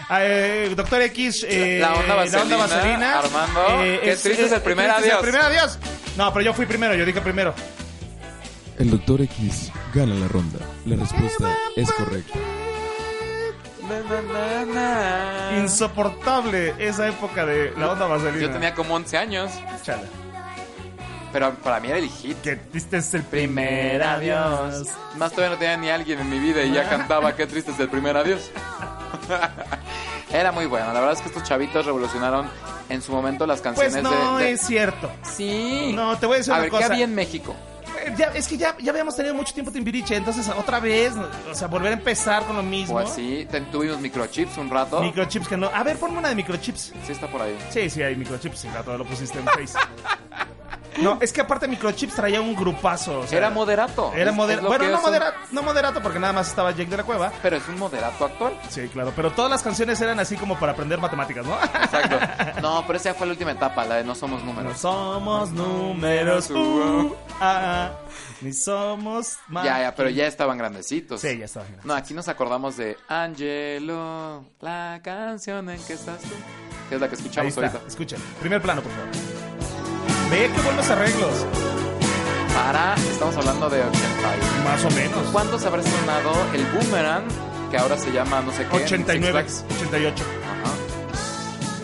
A: Ah, eh, Doctor X, eh,
B: La onda vaselina,
A: vaselina. eh,
B: Armando, qué triste es el primer
A: triste
B: adiós.
A: el primer adiós. No, pero yo fui primero, yo dije primero.
D: El doctor X gana la ronda. La respuesta es correcta.
B: Ah.
A: Insoportable esa época de la onda vaselina.
B: Yo tenía como 11 años.
A: Chala.
B: Pero para mí era el hit.
A: Que este es el
B: Primer adiós. Más todavía no tenía ni alguien en mi vida y ya cantaba Qué triste es el primer adiós. Era muy bueno. La verdad es que estos chavitos revolucionaron en su momento las canciones
A: Pues no
B: de, de-
A: es cierto.
B: Sí.
A: No, te voy a decir
B: a
A: una
B: ver,
A: cosa.
B: ¿qué había en México?
A: Eh, ya- es que ya, ya habíamos tenido mucho tiempo Timbiriche, entonces otra vez, o sea, volver a empezar con lo mismo.
B: Pues sí, te- tuvimos microchips un rato.
A: Microchips que no. A ver, ponme una de microchips.
B: Sí, está por ahí.
A: Sí, sí, hay microchips, el rato lo pusiste en Face. No, es que aparte microchips traía un grupazo. o sea,
B: Era moderato.
A: Era
B: Es-
A: moder-
B: es lo
A: Bueno,
B: que
A: no,
B: es un-
A: modera- no moderato porque nada más estaba Jake de la Cueva.
B: Pero es un moderato actual.
A: Sí, claro, pero todas las canciones eran así como para aprender matemáticas, ¿no?
B: Exacto. No, pero esa ya fue la última etapa, la de no somos
A: No
B: números.
A: somos números, uh, ah, ni somos más.
B: Ya, ya, pero ya estaban grandecitos.
A: Sí, ya estaba.
B: No, aquí nos acordamos de Angelo, la canción en que estás tú. Que es la que
A: Ahí
B: escuchamos
A: está,
B: ahorita.
A: escuchen. Primer plano, por favor. Ve qué buenos arreglos.
B: Para, estamos hablando de 81.
A: Más o menos.
B: ¿Cuántos habrá sonado el Boomerang? Que ahora se llama no sé qué. en Six
A: 89,
B: Flags?
A: 88.
B: Ajá.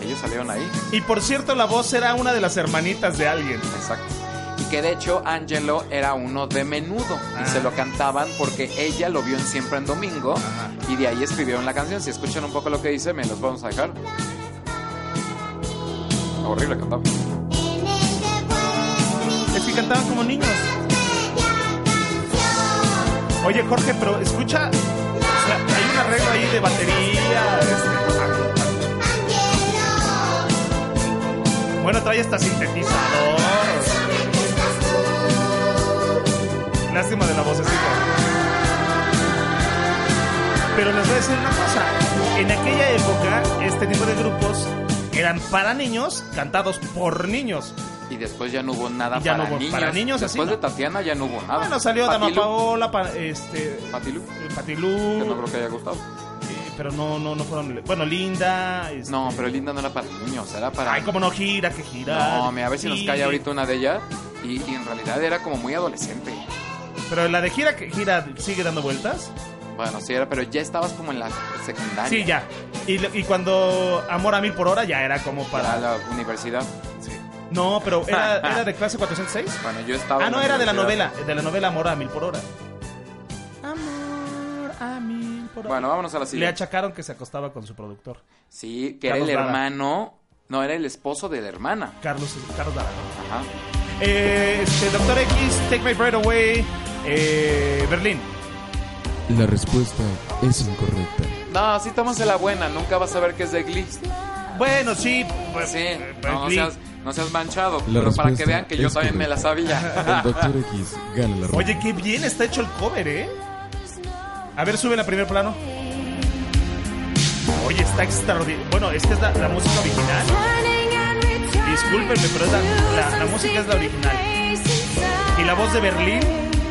B: Ellos salieron ahí.
A: Y por cierto, la voz era una de las hermanitas de alguien.
B: Exacto. Y que de hecho Angelo era uno de menudo.
A: Ah. Ah.
B: Y se lo cantaban porque ella lo vio en Siempre en Domingo. Y de ahí escribieron la canción. Si escuchan un poco lo que dice, me los vamos a dejar. Horrible cantaba.
A: Es que cantaban como niños. Oye, Jorge, pero escucha. o sea, hay un arreglo ahí de batería. este, Bueno, trae hasta sintetizador. Lástima de la vocecita. Pero les voy a decir una cosa. En aquella época, este tipo de grupos eran para niños, cantados por niños.
B: Y después ya no hubo nada
A: Ya no
B: para,
A: hubo-
B: niños.
A: para niños, así,
B: Después de
A: ¿no?
B: Tatiana ya no hubo nada.
A: Bueno, salió Dama
B: Ah, Patilú.
A: Paola, pa- este,
B: Patilú, que no
A: Patilú,
B: creo que haya gustado.
A: eh, pero no, no, no fueron. Bueno, Linda. este-
B: No, pero Linda no era para niños, era para.
A: Ay, como no gira, que gira.
B: no, mira, a ver si nos
A: Sí.
B: cae ahorita una de ellas. Y, y en realidad era como muy adolescente.
A: Pero la de gira, que gira, sigue dando vueltas.
B: Bueno, sí era, pero ya estabas como en la secundaria.
A: Sí, ya. Y, lo- y cuando Amor a Mil por Hora ya era como
B: Para
A: para.
B: la universidad.
A: No, pero era, era de clase 406.
B: Bueno, yo estaba.
A: Ah,
B: en
A: no, era de la
B: universidad.
A: novela, de la novela Amor a Mil por Hora. Amor a Mil por Hora.
B: Bueno, vámonos a la
A: Le
B: siguiente.
A: achacaron que se acostaba con su productor,
B: Sí, que era el
A: Carlos Lara.
B: hermano. No, era el esposo de la hermana.
A: Carlos, Carlos Lara, ¿no?
B: Ajá.
A: Eh, este, Doctor X, Take My Breath Away, eh, Berlín.
D: La respuesta es incorrecta.
B: No, sí, tómase la buena. Nunca vas a ver que es de Glee.
A: Bueno, sí, pues,
B: Sí,
A: eh,
B: no, no
A: Berlín.
B: seas, no seas manchado.
D: La
B: pero para que
D: respuesta
B: vean que yo
D: es
B: también me la
D: El
B: sabía.
D: Doctor X gana la ronda.
A: Oye, qué bien está hecho el cover, ¿eh? A ver, sube a primer plano. Oye, está extraordinario. Bueno, esta es la, la música original.
F: Discúlpenme, pero es la, la- la música es la original.
A: Y la voz de Berlín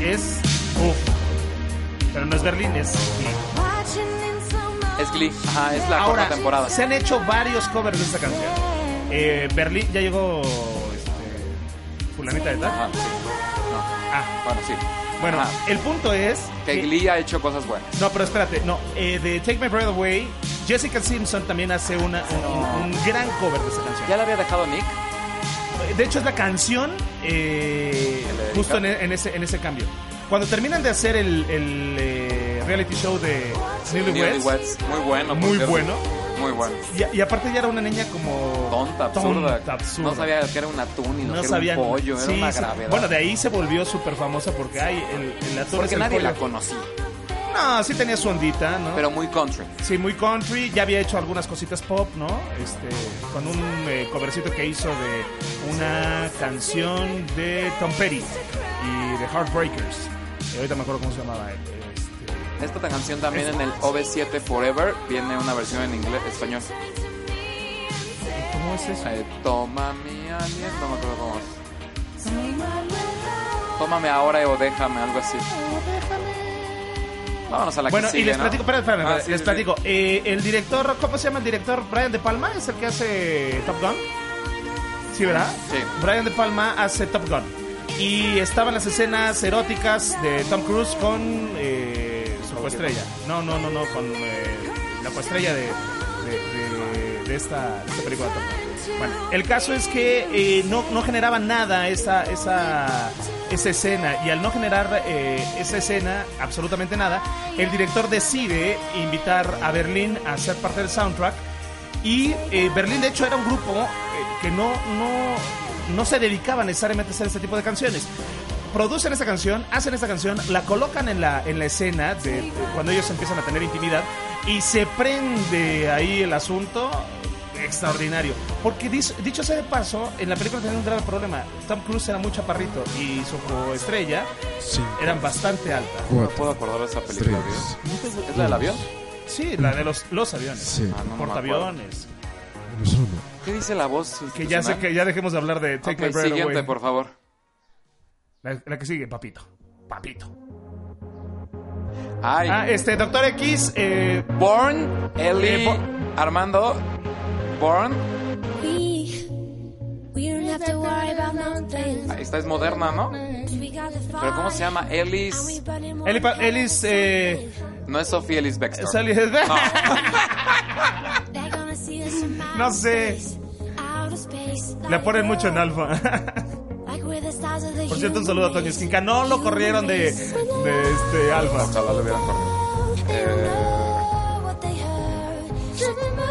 A: es. Uf. Pero no es Berlín, es.
B: es Glee. Ajá, es la
A: Ahora,
B: cuarta temporada.
A: se han hecho varios covers de esta canción. Eh, Berlín, ya llegó. Este, fulanita de tal.
B: Ajá, sí. No,
A: Ah,
B: bueno, sí.
A: Bueno,
B: Ajá.
A: el punto es.
B: que
A: que-
B: Glee ha hecho cosas buenas.
A: no, pero espérate, no. eh, de Take My Breath Away, Jessica Simpson también hace una, un, un- un gran cover de esa canción.
B: Ya la había dejado Nick.
A: De hecho, es la canción eh,
B: ¿Que le dedica?
A: justo en, e- en ese, en ese cambio. Cuando terminan de hacer el, el, eh, reality show de Newlyweds,
B: Newlyweds. Muy bueno. por
A: Muy
B: cierto.
A: bueno.
B: Muy bueno.
A: y, y aparte ya era una niña como...
B: Tonta, absurda.
A: tonta, absurda.
B: No sabía que era un atún y no,
A: No
B: que
A: sabían-
B: era un pollo, era
A: sí,
B: una
A: sí.
B: gravedad.
A: Bueno, de ahí se volvió súper famosa porque hay el, el atún es
B: porque
A: el
B: nadie la
A: pollo.
B: conocía,
A: No, sí tenía su ondita, ¿no?
B: pero muy country.
A: Sí, muy country. Ya había hecho algunas cositas pop, ¿no? Este, con un eh, covercito que hizo de una canción de Tom Petty y de Heartbreakers. Y ahorita me acuerdo cómo se llamaba. eh, este.
B: Esta canción también en el OV7 Forever viene una versión en inglés, español.
A: ¿Cómo es eso?
B: Eh, toma mi alien, no me acuerdo cómo es. Tómame ahora o déjame, algo así. Vámonos a la
A: Bueno,
B: que
A: y
B: sigue,
A: les
B: ¿no?
A: platico, espérame, espérame,
B: Ah,
A: espérame,
B: sí,
A: les
B: sí,
A: platico. Eh, el director, ¿cómo se llama el director? Brian De Palma, es el que hace Top Gun. Sí, ¿verdad?
B: Sí.
A: Brian De Palma hace Top Gun. Y estaban las escenas eróticas de Tom Cruise con eh, su coestrella. No, no, no, no, con eh, la coestrella de, de- de- de esta, de esta película. Bueno, el caso es que eh, no, no generaba nada esa, esa, esa escena y al no generar eh, esa escena, absolutamente nada, el director decide invitar a Berlín a ser parte del soundtrack y eh, Berlín de hecho era un grupo eh, que no, no, no se dedicaba necesariamente a hacer este tipo de canciones. Producen esta canción, hacen esta canción, la colocan en la, en la escena de, de cuando ellos empiezan a tener intimidad y se prende ahí el asunto extraordinario. Porque dis- dicho sea de paso, en la película tenía un grave problema. Tom Cruise era muy chaparrito y su estrella eran bastante altas.
B: No me puedo acordar de esa película,
D: Tres.
B: ¿vio? ¿Es la del avión?
A: Sí, la de los, los aviones.
D: Sí.
B: Ah, no, no me
A: Portaaviones.
D: Menos uno.
B: acuerdo. ¿Qué dice la voz?
A: Que ya, sé que ya dejemos de hablar de Take
B: Ok,
A: My Breath
B: siguiente,
A: Away.
B: por favor.
A: La, la que sigue, papito. Papito.
B: Ay.
A: Ah, este, Doctor X, eh,
B: Born, Eli,
A: Eh, bo-
B: Armando, Born.
F: We, we don't have to worry about nothing.
B: Esta es moderna, ¿no?
F: We got the
B: Pero ¿cómo se llama? Ellis.
A: Eli Pa- Ellis, eh,
B: No es Sophie Ellis Baxter.
A: Sally- No sé. La ponen mucho en alfa. Por cierto, un saludo a Toño Esquinca. No lo corrieron de, de este alfa.
B: Ojalá lo hubieran corrido.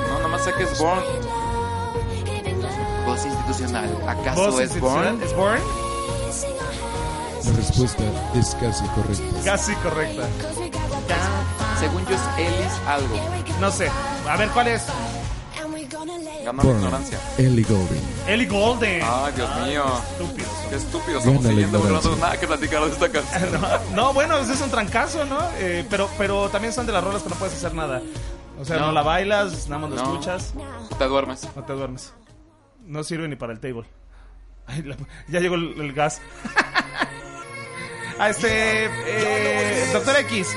B: No, nomás sé que es Born. Voz institucional. ¿Acaso
A: Voz
B: es
A: institucional,
B: Born?
A: ¿Es Born?
D: La respuesta es casi correcta.
A: Casi correcta.
B: Según yo es Ellis algo.
A: No sé. A ver, ¿cuál es?
B: Ganó la
D: Born.
B: ignorancia.
D: Ellie Goulding.
A: Eli Golden.
B: Ay, Dios mío.
A: Estúpido.
B: Qué estúpido.
D: Gana
B: Estamos
D: la
B: siguiendo, pero no
D: ignorancia.
B: tengo nada que platicar de esta canción.
A: No, no, bueno, pues es un trancazo, ¿no? Eh, pero, pero también son de las rolas que no puedes hacer nada. O sea, no, la bailas, nada más la
B: No.
A: escuchas,
B: Te duermes.
A: no te duermes. No sirve ni para el table. Ay, la- ya llegó el, el gas. ah, este. eh, Doctor X.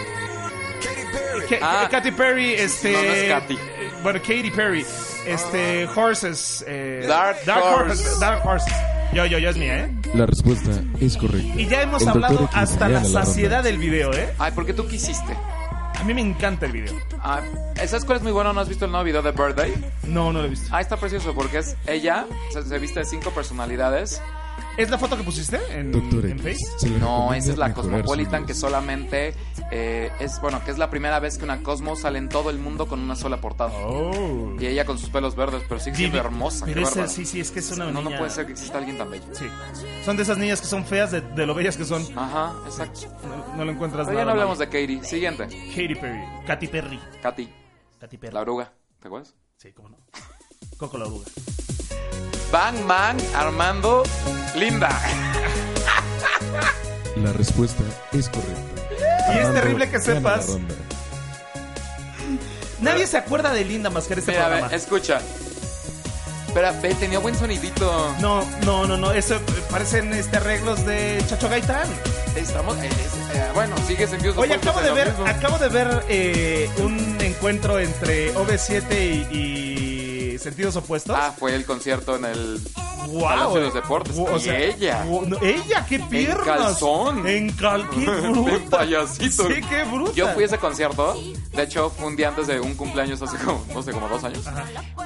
A: Ka-
B: Ah.
A: Katy Perry, este.
B: No, no es Katy.
A: eh, Bueno, Katy Perry. Este. Horses. eh,
B: Dark Horse.
A: Horses. Dark Horses. Yo, yo, yo es mía, ¿eh?
D: La respuesta es correcta.
A: Y ya hemos
D: El Dr.
A: hablado
D: X
A: hasta
D: gana
A: la saciedad del video, ¿eh?
B: Ay, ¿por qué tú quisiste?
A: A mí me encanta el video.
B: Ah, ¿Sabes cuál es muy bueno? ¿No has visto el nuevo video de Birthday?
A: No, no lo he visto.
B: Ah, está precioso porque es ella, se, se viste de cinco personalidades.
A: ¿Es la foto que pusiste en,
D: ronda. Doctor
A: en
D: X.
A: Face?
D: se le
B: No,
D: recomienda
B: esa es la
D: mejorar su
B: Cosmopolitan
D: inglés.
B: que solamente eh, es, bueno, que es la primera vez que una Cosmo sale en todo el mundo con una sola portada.
A: Oh.
B: Y ella con sus pelos verdes, pero sigue siendo
A: Divi-
B: hermosa. qué
A: Pero esa,
B: bárbara.
A: sí, sí, es que es una
B: no,
A: niña.
B: no puede ser que exista alguien tan bello.
A: Sí. Son de esas niñas que son feas, de, de lo bellas que son.
B: Ajá, exacto.
D: Pues
A: No, no lo encuentras
B: Pero ya
A: nada.
B: no hablamos
A: mal.
B: de Katie. Siguiente,
A: Katy Perry. Katy Perry.
B: Katy,
A: Katy Perry.
B: la oruga. ¿Te acuerdas?
A: Sí, cómo no. Coco la oruga.
B: Bang, man, Armando, Linda.
D: La respuesta es correcta.
A: Y es
D: Armando
A: terrible que
D: gana
A: sepas.
D: la ronda.
A: Nadie se acuerda de Linda más que en este
B: Mira, a
A: programa.
B: ver, escucha. Espera, ve, tenía buen sonidito.
A: No, no, no, no. Eso eh, parecen este arreglos de Chacho Gaitán.
B: Estamos. eh, eh, bueno, sigues en views.
A: Oye,
B: opuestos
A: acabo
B: en
A: de
B: lo
A: ver,
B: mismo.
A: acabo de ver eh, un encuentro entre OV7 y, y Sentidos Opuestos.
B: Ah, fue el concierto en el.
A: Wow.
B: Palacio de los Deportes.
A: Gu- eh. o
B: Y
A: sea,
B: ella.
A: gu- no, ella, qué piernas.
B: calzón.
A: En cal, qué
B: El
A: bruta.
B: payasito.
A: Sí, qué bruta.
B: Yo fui a ese concierto, de hecho, fue un día antes de un cumpleaños hace como, no sé, como dos años.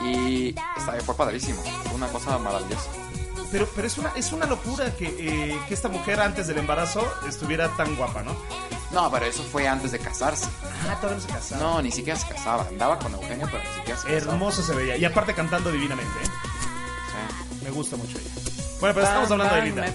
B: Y estaba, fue padrísimo. Fue una cosa maravillosa.
A: Pero, pero es una, es una locura que, eh, que esta mujer antes del embarazo estuviera tan guapa, ¿no?
B: No, pero eso fue antes de casarse.
A: Ah, todavía no se casaba.
B: No, ni siquiera se casaba. Andaba con Eugenia, pero ni siquiera se casaba.
A: Hermoso se veía. Y aparte cantando divinamente, ¿eh?
B: Sí.
A: Me gusta mucho ella. Bueno, pero estamos hablando de Linda.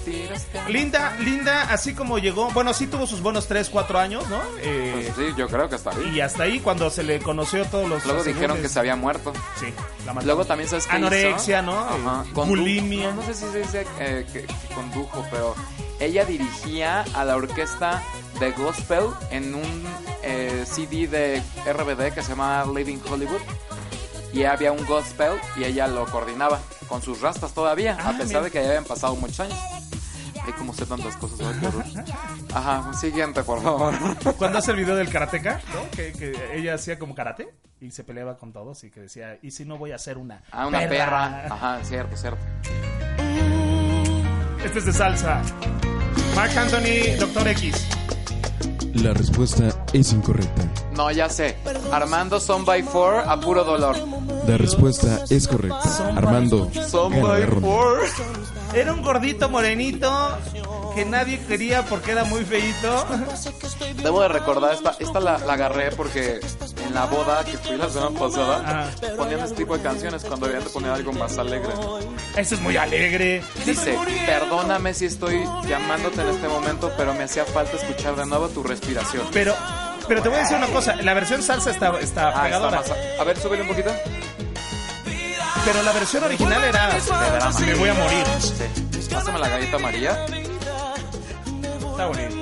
A: Linda, Linda, así como llegó, bueno, sí tuvo sus buenos 3, 4 años, ¿no? Eh,
B: Pues sí, yo creo que hasta ahí.
A: y hasta ahí cuando se le conoció todos los...
B: Luego dijeron
A: asegúnes.
B: que se había muerto.
A: Sí, la mataron.
B: Luego también sabes que
A: Anorexia, ¿no?
B: Ajá.
A: Eh,
B: Condu-
A: bulimia.
B: No, no sé si se dice eh, que, que condujo, pero ella dirigía a la orquesta de gospel en un eh, CD de RBD que se llama Living Hollywood. Y había un gospel y ella lo coordinaba con sus rastas todavía,
A: Ah,
B: a pesar
A: mira.
B: de que ya habían pasado muchos años. Hay como sé tantas cosas. ay, qué horror. Ajá, siguiente, por favor.
A: Cuando hace el video del karateca, ¿no? Que, que ella hacía como karate y se peleaba con todos y que decía, ¿y si no voy a ser una
B: Ah, una perra. Ajá, cierto, cierto.
A: Este es de salsa. Mark Anthony, Doctor X.
D: La respuesta es incorrecta.
B: No, ya sé. Armando Son by Four a puro dolor.
D: La respuesta es correcta. Armando
B: Son
D: gana
B: by
D: la ronda.
B: Four.
A: Era un gordito morenito que nadie quería porque era muy feíto.
B: Debo de recordar, esta, esta la, la agarré porque en la boda que fui la semana pasada ponían este tipo de canciones cuando habían de poner algo más alegre.
A: Eso Este es muy alegre.
B: Dice, perdóname si estoy llamándote en este momento, pero me hacía falta escuchar de nuevo tu respiración.
A: Pero, pero te voy a decir una cosa, la versión salsa está, está
B: Ah, está
A: pegadora,
B: más a... a ver, súbele un poquito.
A: pero la versión original era Me voy a morir.
B: Sí. Pásame la galleta María.
A: Está bonito.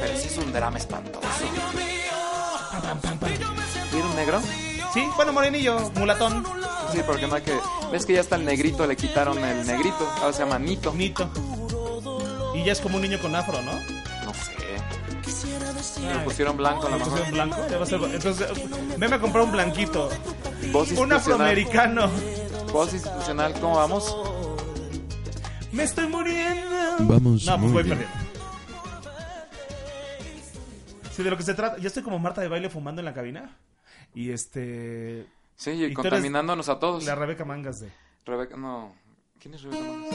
B: Pero sí es un drama espantoso. ¿Y era un negro?
A: Sí, bueno, morenillo, mulatón,
B: Sí, porque no hay que... ¿Ves que ya hasta el negrito le quitaron el negrito? Ahora se llama Nito.
A: bonito. Y ya es como un niño con afro, ¿no?
B: No sé. Lo pusieron blanco a lo
A: Entonces,
B: mejor.
A: un blanco. ya va a ser- Entonces, veme a comprar un blanquito.
B: Voz
A: Un
B: institucional.
A: afroamericano.
B: Voz institucional, ¿cómo vamos?
A: Me estoy muriendo.
D: Vamos
A: No, pues
D: muy
A: voy
D: bien.
A: perdiendo. Sí, de lo que se trata. Yo estoy como Marta de baile fumando en la cabina. Y este.
B: Sí,
A: Y
B: y
A: tú eres
B: contaminándonos a todos.
A: La Rebeca Mangas de.
B: Rebeca, no. ¿Quién es Rebeca Mangas?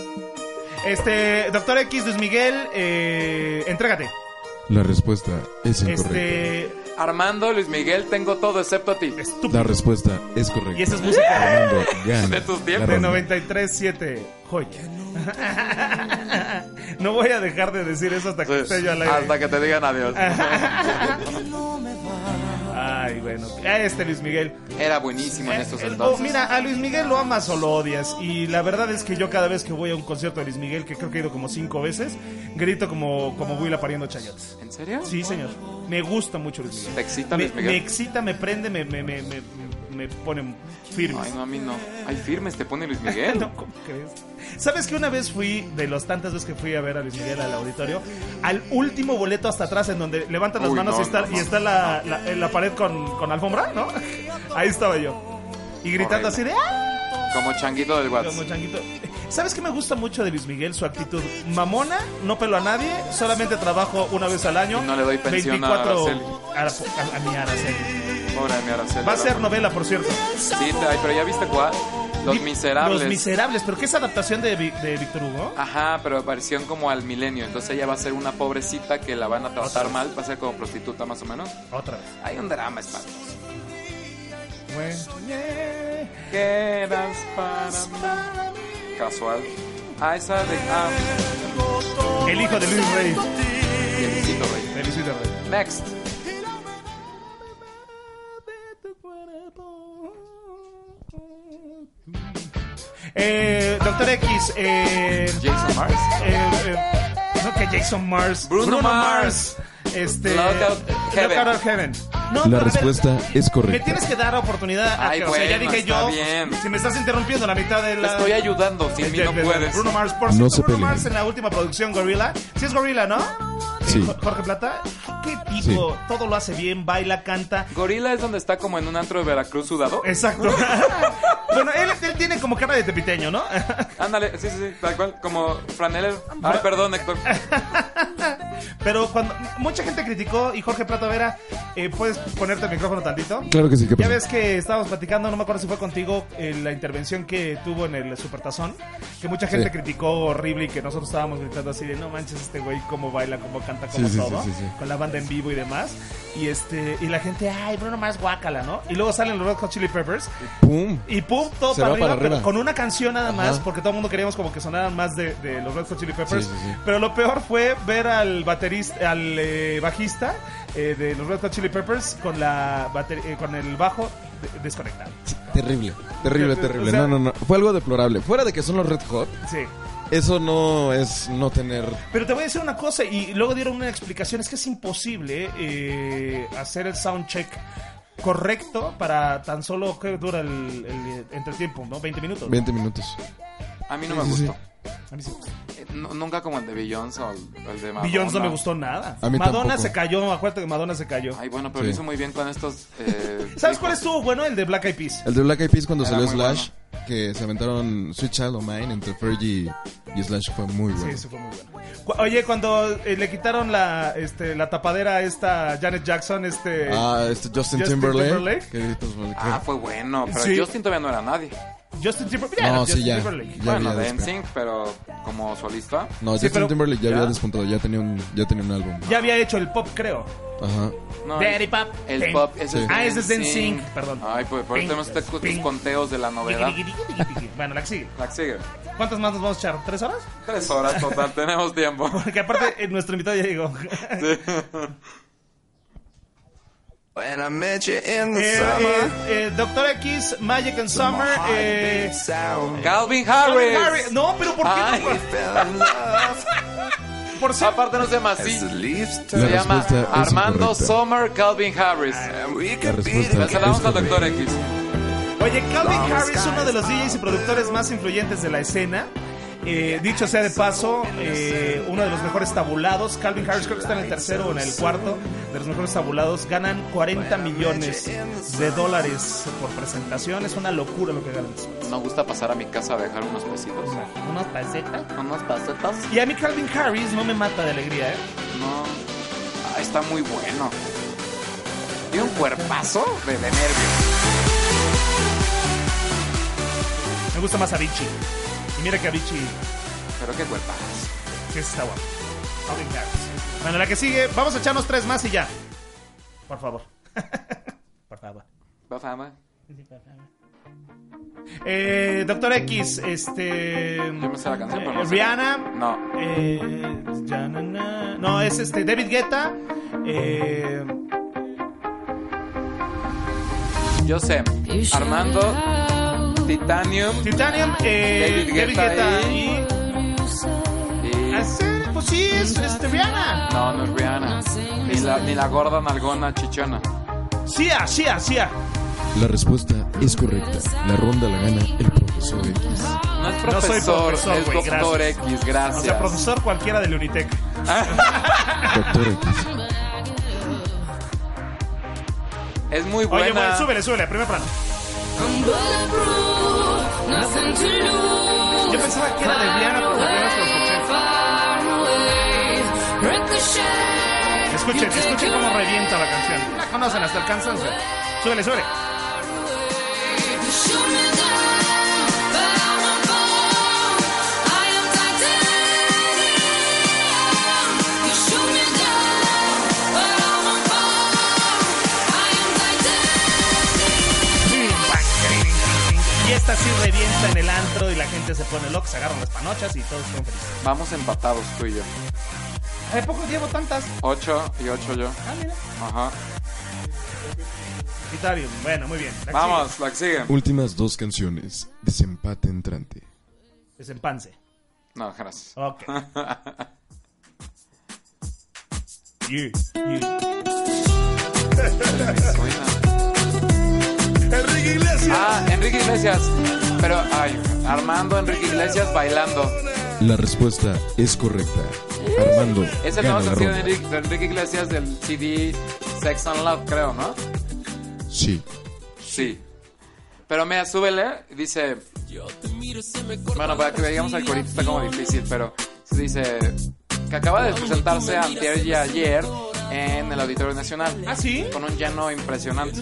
A: Este. Doctor X, Luis Miguel, eh, entrégate.
D: La respuesta es incorrecta.
A: Este.
B: Armando, Luis Miguel, tengo todo excepto a ti.
D: La
A: Estúpido.
D: respuesta es correcta.
A: Y esa es música
D: Armando gana
B: De tus
D: la
B: tiempos.
A: de
D: ronda.
A: 93.7. Joya. No voy a dejar de decir eso hasta que esté yo al aire.
B: Pues, Hasta que te digan adiós.
A: Ay, bueno. A este Luis Miguel.
B: Era buenísimo en estos
A: Eh, eh,
B: entonces.
A: oh, mira, a Luis Miguel lo amas o lo odias. Y la verdad es que yo cada vez que voy a un concierto de Luis Miguel, que creo que he ido como cinco veces, grito como, como Will pariendo chayotes.
B: ¿En serio?
A: Sí, señor. Me gusta mucho Luis Miguel.
B: ¿Te excita
A: me,
B: Luis Miguel?
A: me excita, me prende, me, me, me, me, me pone firme.
B: Ay, no, a mí no. Ay, firmes te pone Luis Miguel.
A: No, ¿cómo crees? ¿Sabes que una vez fui, de las tantas veces que fui a ver a Luis Miguel al auditorio, al último boleto hasta atrás, en donde levantan las
B: Uy,
A: manos
B: no,
A: y está,
B: no, no.
A: y está la, la- en la pared con, con alfombra, ¿no? Ahí estaba yo. Y gritando
B: Horrible.
A: así de ¡Ah!
B: Como changuito del WhatsApp.
A: Como changuito. ¿Sabes qué me gusta mucho de Luis Miguel? Su actitud mamona, no pelo a nadie, solamente trabajo una vez al año.
B: Y no le doy pensión a Araceli.
A: a, a- a mi Araceli.
B: Pobre de mi Araceli.
A: Va a ser novela, por cierto.
B: Sí, te- ay, pero ya viste cuál. Los
A: Di-
B: miserables.
A: Los Miserables, pero ¿qué es adaptación de, Vi- de Víctor Hugo?
B: Ajá, pero versión como al milenio. Entonces ella va a ser una pobrecita que la van a tratar mal. Va a ser como prostituta más o menos.
A: Otra vez.
B: Hay un drama, espantoso.
A: Bueno.
B: Quedas para mí. Casual. Ah, esa de. Ah,
A: El hijo de Luis Rey.
B: Felicito, güey.
A: De Luisito Rey.
B: Next.
A: Eh, Doctor X, eh, eh,
B: Jason Mars.
A: eh, no que Jason Mars,
B: Bruno Mars.
A: este,
B: Knockout Heaven.
A: Knockout of Heaven. No,
D: La
A: pero a ver,
D: respuesta es
A: Me
D: correcta.
A: tienes que dar oportunidad. a
B: Ay,
A: que- o sea, ya
B: bueno,
A: dije
B: está
A: yo.
B: bien.
A: Si me estás interrumpiendo la mitad de
B: Te
A: la.
B: estoy ayudando.
A: de-
B: Sin mí
A: de-
B: no
A: de-
B: puedes.
A: Bruno Mars, por
D: No
A: cierto,
D: se
A: Bruno
D: peleen.
A: Mars en la última producción Gorilla. Sí es Gorilla, ¿no? Eh,
D: Sí.
A: Jorge Plata. Qué tipo. Todo lo hace bien, baila, canta.
B: Gorila es donde está como en un antro de Veracruz sudado.
A: Exacto. bueno, él, él tiene como cara de tepiteño, ¿no?
B: Ándale, sí, sí, sí, tal cual, como Franeller.
A: Ah,
B: Ay, perdón, Héctor.
A: eh, Pero cuando mucha gente criticó y Jorge Plata Vera, eh, ¿puedes ponerte el micrófono tantito?
D: Claro que sí, ¿qué
A: Ya
D: pasa?
A: ves que estábamos platicando, no me acuerdo si fue contigo, eh, la intervención que tuvo en el Supertazón, que mucha gente
D: Sí.
A: criticó horrible y que nosotros estábamos gritando así de no manches este güey, cómo baila, cómo canta, cómo
D: Sí, sí,
A: todo,
D: sí, sí, sí.
A: con la banda en vivo y demás. Y este y la gente, ay, Bruno Mars guácala, ¿no? Y luego salen los Red Hot Chili Peppers
D: ¡Pum!
A: y pum, todo
D: Se
A: para
D: va
A: arriba,
D: para arriba.
A: pero con una canción nada más,
D: Ajá.
A: porque todo el mundo queríamos como que sonaran más de, de los Red Hot Chili Peppers.
D: Sí, sí, sí.
A: Pero lo peor fue ver al baterista, al eh, bajista eh, de los Red Hot Chili Peppers con la bater- eh, con el bajo de- desconectado.
D: Terrible, terrible,
A: O sea,
D: terrible. No, no, no. Fue algo deplorable. Fuera de que son los Red Hot,
A: Sí.
D: eso no es no tener.
A: Pero te voy a decir una cosa y luego dieron una explicación, es que es imposible eh, hacer el soundcheck correcto para tan solo que dura el, el entretiempo, ¿no? 20 minutos.
D: 20 minutos.
B: A mí no me
D: Sí, sí,
B: gustó.
A: A mí sí me gusta.
B: Eh, no- nunca como el de Beyoncé o el, el de Madonna.
A: Beyoncé no me gustó nada.
D: A mí
A: Madonna
D: tampoco.
A: se cayó, acuérdate que Madonna se cayó.
B: Ay, bueno, pero
D: Sí.
B: lo hizo muy bien con estos. eh,
A: ¿Sabes
B: discos.
A: cuál estuvo bueno? El de Black Eyed Peas.
D: El de Black Eyed Peas cuando
B: Era
D: salió
B: muy
D: Slash. que se aventaron Sweet Child O' Mine entre Fergie y Slash fue muy
A: Sí,
D: bueno.
A: eso fue muy bueno. Cu- Oye, cuando eh, le quitaron la, este, la tapadera a esta Janet Jackson, este...
D: Ah, este Justin,
A: Justin
D: Timberlake.
A: Timberlake.
D: que, pues, ¿qué?
B: Ah, fue bueno, pero
A: Sí.
B: Justin todavía no era nadie.
A: Justin Timberlake.
D: no,
A: Mira,
D: sí,
A: Justin
D: ya.
A: Timberlake.
D: ya
B: bueno,
D: había
B: de
D: despe-
B: NSYNC, pero como solista.
D: No,
A: Sí,
D: Justin
A: pero-
D: Timberlake ya,
A: ¿Ya?
D: había despuntado, ya tenía un, ya tenía un álbum.
A: Ya había hecho el pop, creo.
D: Ajá.
B: No,
A: Daddy
B: el-
A: Pop.
B: El
A: Ping.
B: pop, ese
D: Sí.
B: es
A: Ah, ese es de
B: NSYNC.
A: NSYNC, perdón.
B: Ay, pues por
A: Ping.
B: eso tenemos que estar con tus
A: Ping.
B: conteos de la novedad.
A: Bueno, la que sigue.
B: La que sigue.
A: ¿Cuántas más nos vamos a echar? ¿Tres horas?
B: Tres horas total, tenemos tiempo.
A: Porque aparte, eh, nuestro invitado ya llegó.
H: When I met you in the
A: Eh,
H: summer,
A: eh, eh, Doctor X, Magic and Summer.
H: my heart
A: eh,
H: beat sound.
B: Calvin
A: Calvin
B: Harris.
A: Harris. No, pero ¿por qué?
B: Ay.
A: no?
H: Fell in love
A: Por ser
B: Aparte no se llama así.
H: as the leaves
D: La
H: turn.
B: Se llama
D: respuesta es
B: Armando
D: incorrecta.
B: Sommer Calvin Harris.
A: Ah,
H: And we
D: La
H: could be
D: respuesta
B: Se la damos
D: es
B: al Doctor
D: correcta.
B: X.
A: Oye, Calvin Harris es uno de los DJs y productores más influyentes de la escena. Eh, dicho sea de paso, eh, uno de los mejores tabulados. Calvin Harris creo que está en el tercero o en el cuarto de los mejores tabulados. Ganan 40 millones de dólares por presentación. Es una locura lo que ganan.
B: No gusta pasar a mi casa a dejar unos pesitos.
A: Unas pesetas.
B: Unos pasitos.
A: Y a mí Calvin Harris no me mata de alegría, ¿eh?
B: No. Ah, está muy bueno. Tiene un cuerpazo de, de nervios.
A: Me gusta más Avicii. Y mira que Avicii
B: Pero qué cuerpazo.
A: sí está guapo. Calvin Harris. Bueno, la que sigue, vamos a echarnos tres más y ya. Por favor. Por favor.
B: Va fama.
A: Eh, Doctor X, este.
B: Yo me sé la canción, pero no
A: eh,
B: sé.
A: Rihanna.
B: No.
A: eh, ya, na, na. no, es este. David Guetta. Eh,
B: Yo sé. Armando. Titanium.
A: Titanium. eh,
B: David Guetta
A: y.
B: Y...
A: Ah, sí, Pues sí, es este, Rihanna.
B: No, no es Rihanna. Ni la, ni la gorda nalgona chichona.
A: Sia, Sia, Sia.
D: La respuesta es correcta. La ronda la gana el profesor X.
B: No es
A: No soy
B: profesor,
A: profesor,
B: es
A: güey,
B: doctor
A: gracias.
B: X,
A: O
B: gracias.
A: sea, profesor cualquiera de Unitec.
D: Doctor X.
B: Es muy buena.
A: Oye, bueno, súbele, súbele, primer plano. Yo pensaba que era de Rihanna, pero de Rihanna se lo escuché. Escuchen, escuchen cómo revienta la canción. La conocen hasta el cansancio. Súbele, súbele. Y esta sí revienta en el antro y la gente se pone loca, se agarran las panochas y todos son felices.
B: Vamos empatados tú y yo.
A: ¿A poco llevo tantas?
B: 8 y 8 yo.
A: Ah, mira.
B: Ajá.
A: Vitarium, bueno, muy bien. La que
B: Vamos, la que sigue.
D: Últimas dos canciones. Desempate entrante.
A: sigue, Desempance.
B: No, gracias.
A: Ok. Yeah, yeah.
B: Suena.
A: Enrique Iglesias.
B: Ah, Enrique Iglesias. Pero, ay, Armando Enrique Iglesias bailando.
D: La respuesta es correcta. Armando
B: Es el nuevo
D: gana la
B: sencillo de
D: ronda.
B: Enrique, de Enrique Iglesias del CD Sex and Love, creo, ¿no?
D: Sí.
B: Sí. Pero mira, súbele, dice. Bueno, para que veamos al corito está como difícil, pero se dice que acaba de presentarse antier y ayer en el Auditorio Nacional.
A: ¿Ah, sí?
B: Con un lleno impresionante.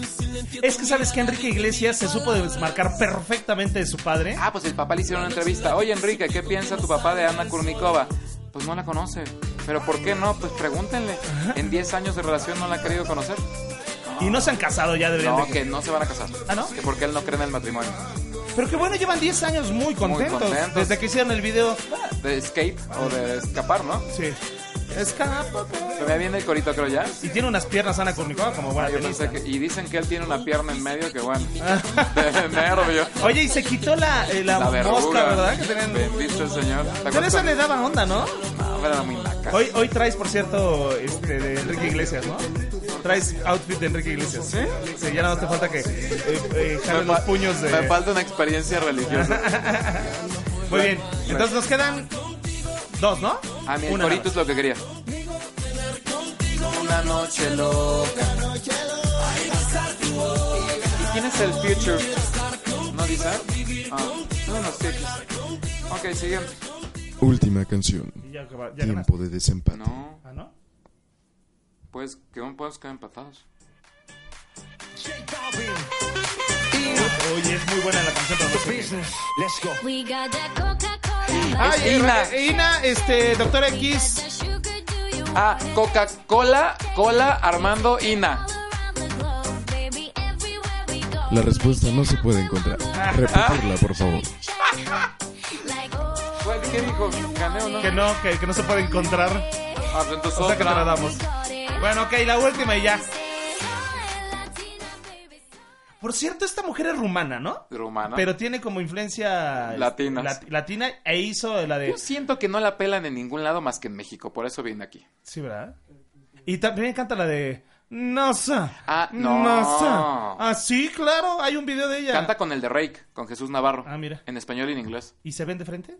A: Es que sabes que Enrique Iglesias se supo desmarcar perfectamente de su padre.
B: Ah, pues el papá le hicieron una entrevista. Oye, Enrique, ¿qué piensa tu papá de Ana Kurnikova? Pues no la conoce. ¿Pero por qué no? Pues pregúntenle. En 10 años de relación no la ha querido conocer.
A: Y no se han casado ya, deberían
B: No,
A: de-
B: que no se van a casar.
A: Ah, ¿no?
B: Que porque él no cree en el matrimonio.
A: Pero que bueno, llevan 10 años muy contentos,
B: contentos.
A: Desde que hicieron el video.
B: De escape o de escapar, ¿no?
A: Sí. Escápate.
B: Se me viene el corito, creo ya.
A: Y tiene unas piernas Ana Kournikova como buena
B: Ah, yo
A: tenista.
B: pensé que- y dicen que él tiene una pierna en medio que bueno. De nervio.
A: Oye, y se quitó la, eh, la,
B: La verruga.
A: mosca, ¿verdad? Que tenían-
B: Bendito el señor. ¿Te
A: Pero
B: acuerdas
A: esa le daba onda, ¿no?
B: cuando- No, pero era muy naca.
A: Hoy, hoy traes, por cierto, este, de Enrique Iglesias, ¿no? Traes outfit de Enrique Iglesias. ¿Sí? Sí, ya nada más te falta que eh, eh, jales los
B: fa-
A: puños
B: me
A: de...
B: falta una experiencia religiosa.
A: Muy bien. Entonces nos quedan dos, ¿no?
B: A mí Ah, el
A: Una
B: corito es lo que quería. Una noche loca. ¿Y quién es el future? ¿No dice? Ah, son unos tipos. Ok, siguiente.
D: Última canción.
A: Y ya, acaba- ya ganaste.
D: Tiempo de desempate.
B: No,
A: Ah, ¿no?
B: pues que no podemos quedar empatados.
A: Oye, es muy buena la canción, pero no sé qué.
F: We got that Coca-Cola.
B: Ay,
A: Eh,
B: Ina.
A: eh, Ina, este, Doctor X.
F: That sugar, do you
B: Ah, Coca-Cola, Cola, Armando, Ina.
F: all around the globe, baby? Everywhere we go.
D: La respuesta no se puede encontrar. Repetirla, por favor.
F: Like, oh,
B: ¿Cuál? ¿Qué dijo? ¿Gané o no?
A: Que no, que, que no se puede encontrar.
B: Ah, pues entonces
A: O sea que te
B: otra.
A: la damos.
F: got it.
A: Bueno, ok, la última y ya.
F: Latina, baby.
A: Por cierto, esta mujer es rumana, ¿no?
B: Rumana.
A: Pero tiene como influencia este,
B: Latinas.
A: lat- latina e hizo la de.
B: Yo siento que no la pelan en ningún lado más que en México, por eso vine aquí.
A: Sí, ¿verdad? Y también canta la de. No sé.
B: Ah, no.
A: sé. Ah, sí, claro, hay un video de ella.
B: Canta con el de Rake, con Jesús Navarro.
A: Ah, mira.
B: En español y en inglés.
A: ¿Y se ven de frente?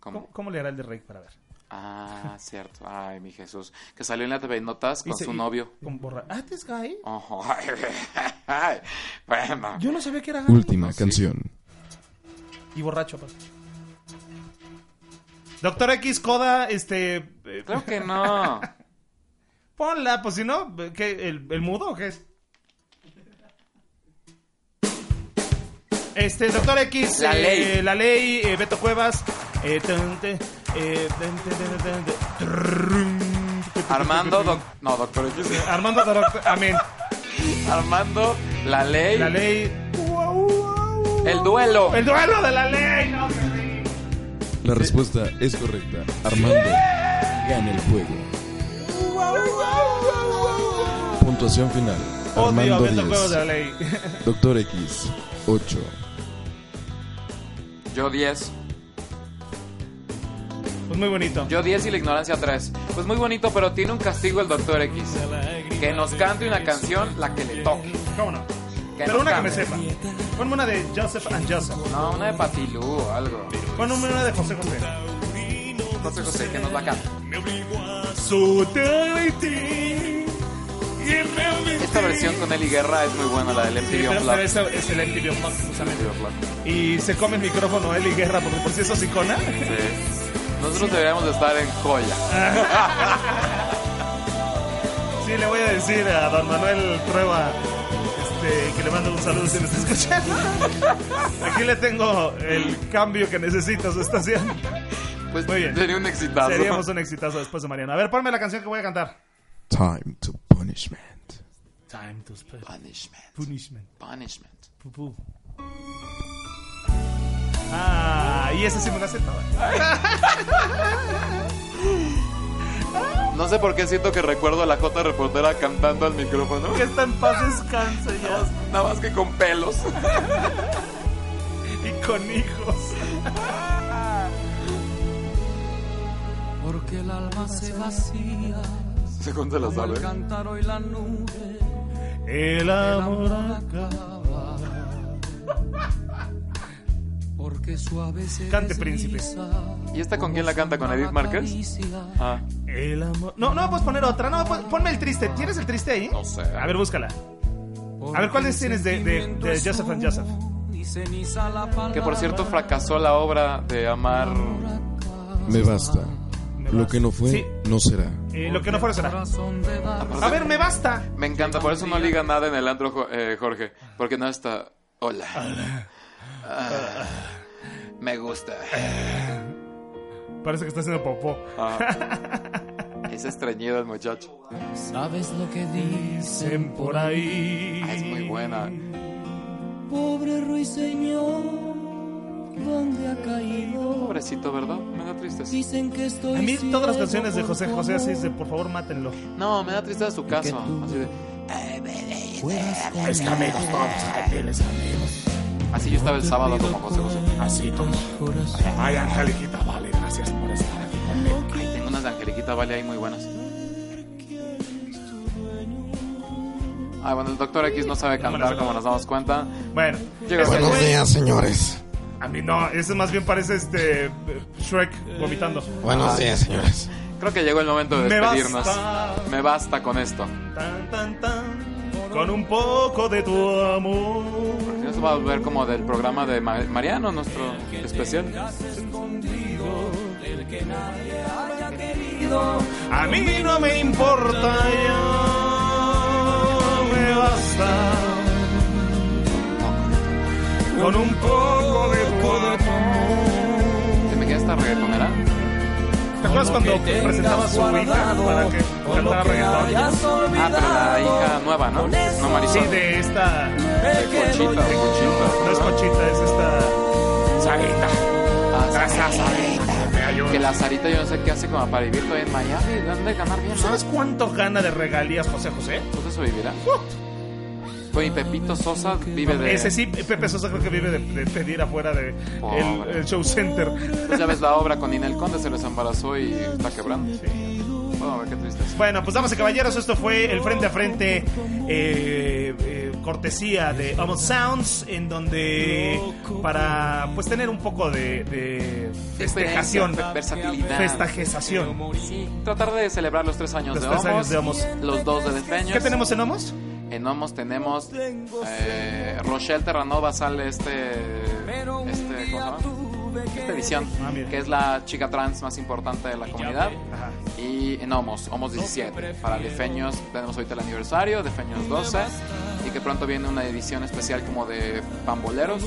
B: Como-
A: ¿Cómo, cómo le hará el de Rey para ver?
B: Ah, cierto. Ay, mi Jesús. Que salió en la TV Notas con
A: Y se-
B: su
A: y-
B: novio.
A: Con borra. Ah, ¿este es gay?
B: Ojo. Ay, ay, bueno.
A: Yo no sabía que era gay.
D: Última canción.
A: Y borracho, aparte. Doctor X, Coda, este. eh,
B: Creo que no.
A: ponla, pues si no, ¿qué, el, el mudo o qué es? Este, Doctor X,
B: La
A: eh,
B: ley.
A: la ley, eh, Beto Cuevas. eh, tan, tan, eh, tan, tan, tan, tan, tan, trrrrum.
B: Armando, doc- no, doctor X.
A: Armando Doctor, amén.
B: Armando, la ley,
A: La ley.
B: el duelo.
A: El duelo de la ley, no, qué rico.
D: La respuesta es correcta. Armando gana el juego. Puntuación final.
A: Odio a
D: Armando
A: Beto Cuevas de la
D: 10.
A: ley.
D: Doctor X 8.
B: Yo 10.
A: Pues muy bonito.
B: Yo 10 y la ignorancia 3. Pues muy bonito, pero tiene un castigo el doctor X. Que nos cante una canción la que le toque.
A: ¿Cómo no?
B: Que
A: Pero
B: nos
A: una que me
B: cante.
A: sepa. Ponme una de Joseph and Joseph.
B: No, una de Patilú o algo.
A: Ponme una de José José.
B: Entonces José, que nos la cante. Esta versión con Eli Guerra es muy buena, la del MTV
A: Pero, pero
B: Unplugged.
A: esa es el MTV Unplugged, justamente.
B: MTV Unplugged.
A: Y se come el micrófono Eli Guerra, porque por si eso es icona.
B: Sí. Nosotros deberíamos de estar en joya.
A: Sí, le voy a decir a don Manuel Trueba este, que le mando un saludo si me está escuchando. Aquí le tengo el cambio que necesita su estación.
B: Pues
A: Muy bien.
B: sería un exitazo.
A: Seríamos un exitazo después de Mariana. A ver, ponme la canción que voy a cantar.
D: Time to punishment.
A: Time to spell
B: Punishment.
A: punishment.
B: Punishment.
A: Pupú. Ah, y esa sí me la sé toda.
B: No sé por qué siento que recuerdo a la Jota reportera cantando al micrófono.
A: Que está en paz descanse ya.
B: Nada más que con pelos.
A: Y con hijos.
I: Porque el alma se vacía,
B: Según se la
I: al
B: sabe.
I: cantar hoy la nube,
A: El amor acaba.
I: porque suave se
A: Cante, príncipe.
B: ¿Y esta con quién la canta? ¿Con Edith Márquez? Ah,
A: El amor. No, no puedes poner otra. No, pon- ponme el triste. ¿Tienes el triste ahí?
B: no sé.
A: A ver, búscala. A ver, ¿cuáles tienes de, de, de Joseph and Joseph?
B: Que por cierto fracasó la obra de Amar.
D: Me basta. Lo que no fue,
A: Sí.
D: no será.
A: Eh, lo que no fuera será. A
B: Aparte,
A: ver, me basta.
B: Me encanta, por eso no liga nada en el antro, Jo- eh, Jorge. Porque no está. Hola. Ah, me gusta.
A: Parece que está haciendo popó.
B: Ah, es estreñido el muchacho.
I: ¿Sabes lo que dicen
A: Por ahí.
B: Ah, es muy buena.
I: Pobre ruiseñor, ¿dónde ha caído?
B: Pobrecito, ¿verdad? Me da tristeza.
I: Dicen que estoy
A: A mí todas las canciones de
I: ciego
A: José
I: por tu
A: José así
I: amor.
A: es de por favor mátenlo.
B: No, me da tristeza su caso. Así de.
I: Es que amigos, vamos a repeles, amigos.
B: Así yo estaba el sábado como José José.
I: Así como.
J: Ay, Angeliquita, vale, gracias por estar aquí.
B: Ay, tengo unas de Angeliquita Vale ahí muy buenas. Ah, bueno, el doctor X no sabe cantar como nos damos cuenta.
A: Bueno,
B: Llega
A: ese
B: Buenos
A: güey-
J: señores.
A: A mí no, ese más bien parece este eh, Shrek vomitando.
I: Eh,
J: Buenos días, señores.
B: Creo que llegó el momento de
A: Me
B: despedirnos.
A: basta.
B: Me basta con esto.
A: Tan, tan, tan. con un poco de tu amor.
B: Si no se va a volver como del programa de Ma- Mariano, nuestro especial.
A: A mí no me importa, ya me basta con un poco de tu amor.
B: ¿Te me queda esta reggaetonera?
A: ¿Te acuerdas cuando presentaba a su hija para que cantara reggaetón?
B: Ah, pero la hija nueva, ¿no? No,
A: Sí,
B: Marisol.
A: de esta.
B: Conchita, Conchita.
A: No es Conchita, es esta.
J: Sarita,
B: Ah, sí.
J: gracias Sarita, me
B: Que
J: ayudas.
B: la Sarita yo no sé qué hace como para vivir todavía en Miami. ¿Dónde ganar bien? ¿no?
A: ¿Sabes cuánto gana de regalías José José?
B: ¿Dónde se vivirá? Oye, Pepito Sosa vive de...
A: Ese sí, Pepe Sosa creo que vive de, de pedir afuera del de
B: Pobre.
A: el- el show center.
B: Pues ya ves la obra con Ninel Conde, se les embarazó y está quebrando. Bueno, a ver qué tristeza.
A: Bueno, pues damas y caballeros, esto fue el frente a frente eh, eh, cortesía de Almost Sounds, en donde para pues tener un poco de, de festejación,
B: Experiencia, versatilidad.
A: festajezación.
B: Sí, tratar de celebrar los tres años,
A: Los
B: de,
A: tres
B: Homos,
A: años de Homos.
B: los dos de Despeños.
A: ¿Qué tenemos en Homos?
B: En Homos tenemos eh, Rochelle Terranova sale este, este, ¿cómo se llama? Esta edición,
A: Ah, mira.
B: que es la chica trans más importante de la comunidad.
A: Ajá.
B: Y en Homos, Homos 17. Para Defeños tenemos ahorita el aniversario, Defeños 12. Y que pronto viene una edición especial como de pamboleros.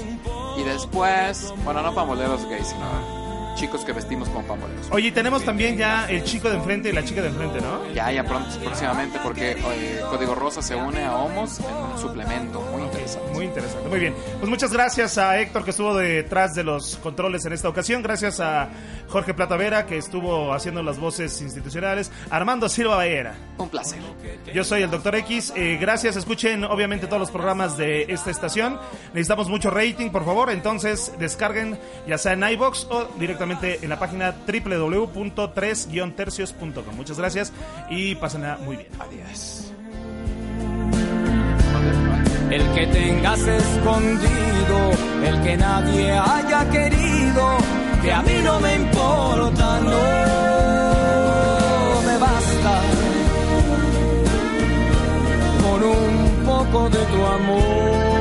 B: Y después, bueno, no pamboleros gays, sino chicos que vestimos como pamboleros.
A: Oye, y tenemos también ya el chico de enfrente y la chica de enfrente, ¿no?
B: Ya, ya pronto, próximamente, porque eh, Código Rosa se une a Homos en un suplemento muy interesante.
A: Muy interesante, muy bien. Pues muchas gracias a Héctor que estuvo detrás de los controles en esta ocasión. Gracias a Jorge Platavera que estuvo haciendo las voces institucionales. Armando Silva Ballera.
B: Un placer.
A: Yo soy el Doctor X. Eh, gracias. Escuchen, obviamente, todos los programas de esta estación. Necesitamos mucho rating, por favor. Entonces, descarguen ya sea en iBox o directamente en la página www.3-tercios.com. Muchas gracias y pásenla muy bien.
B: Adiós.
K: El que tengas escondido, el que nadie haya querido, que a mí no me importa, no me basta con un poco de tu amor.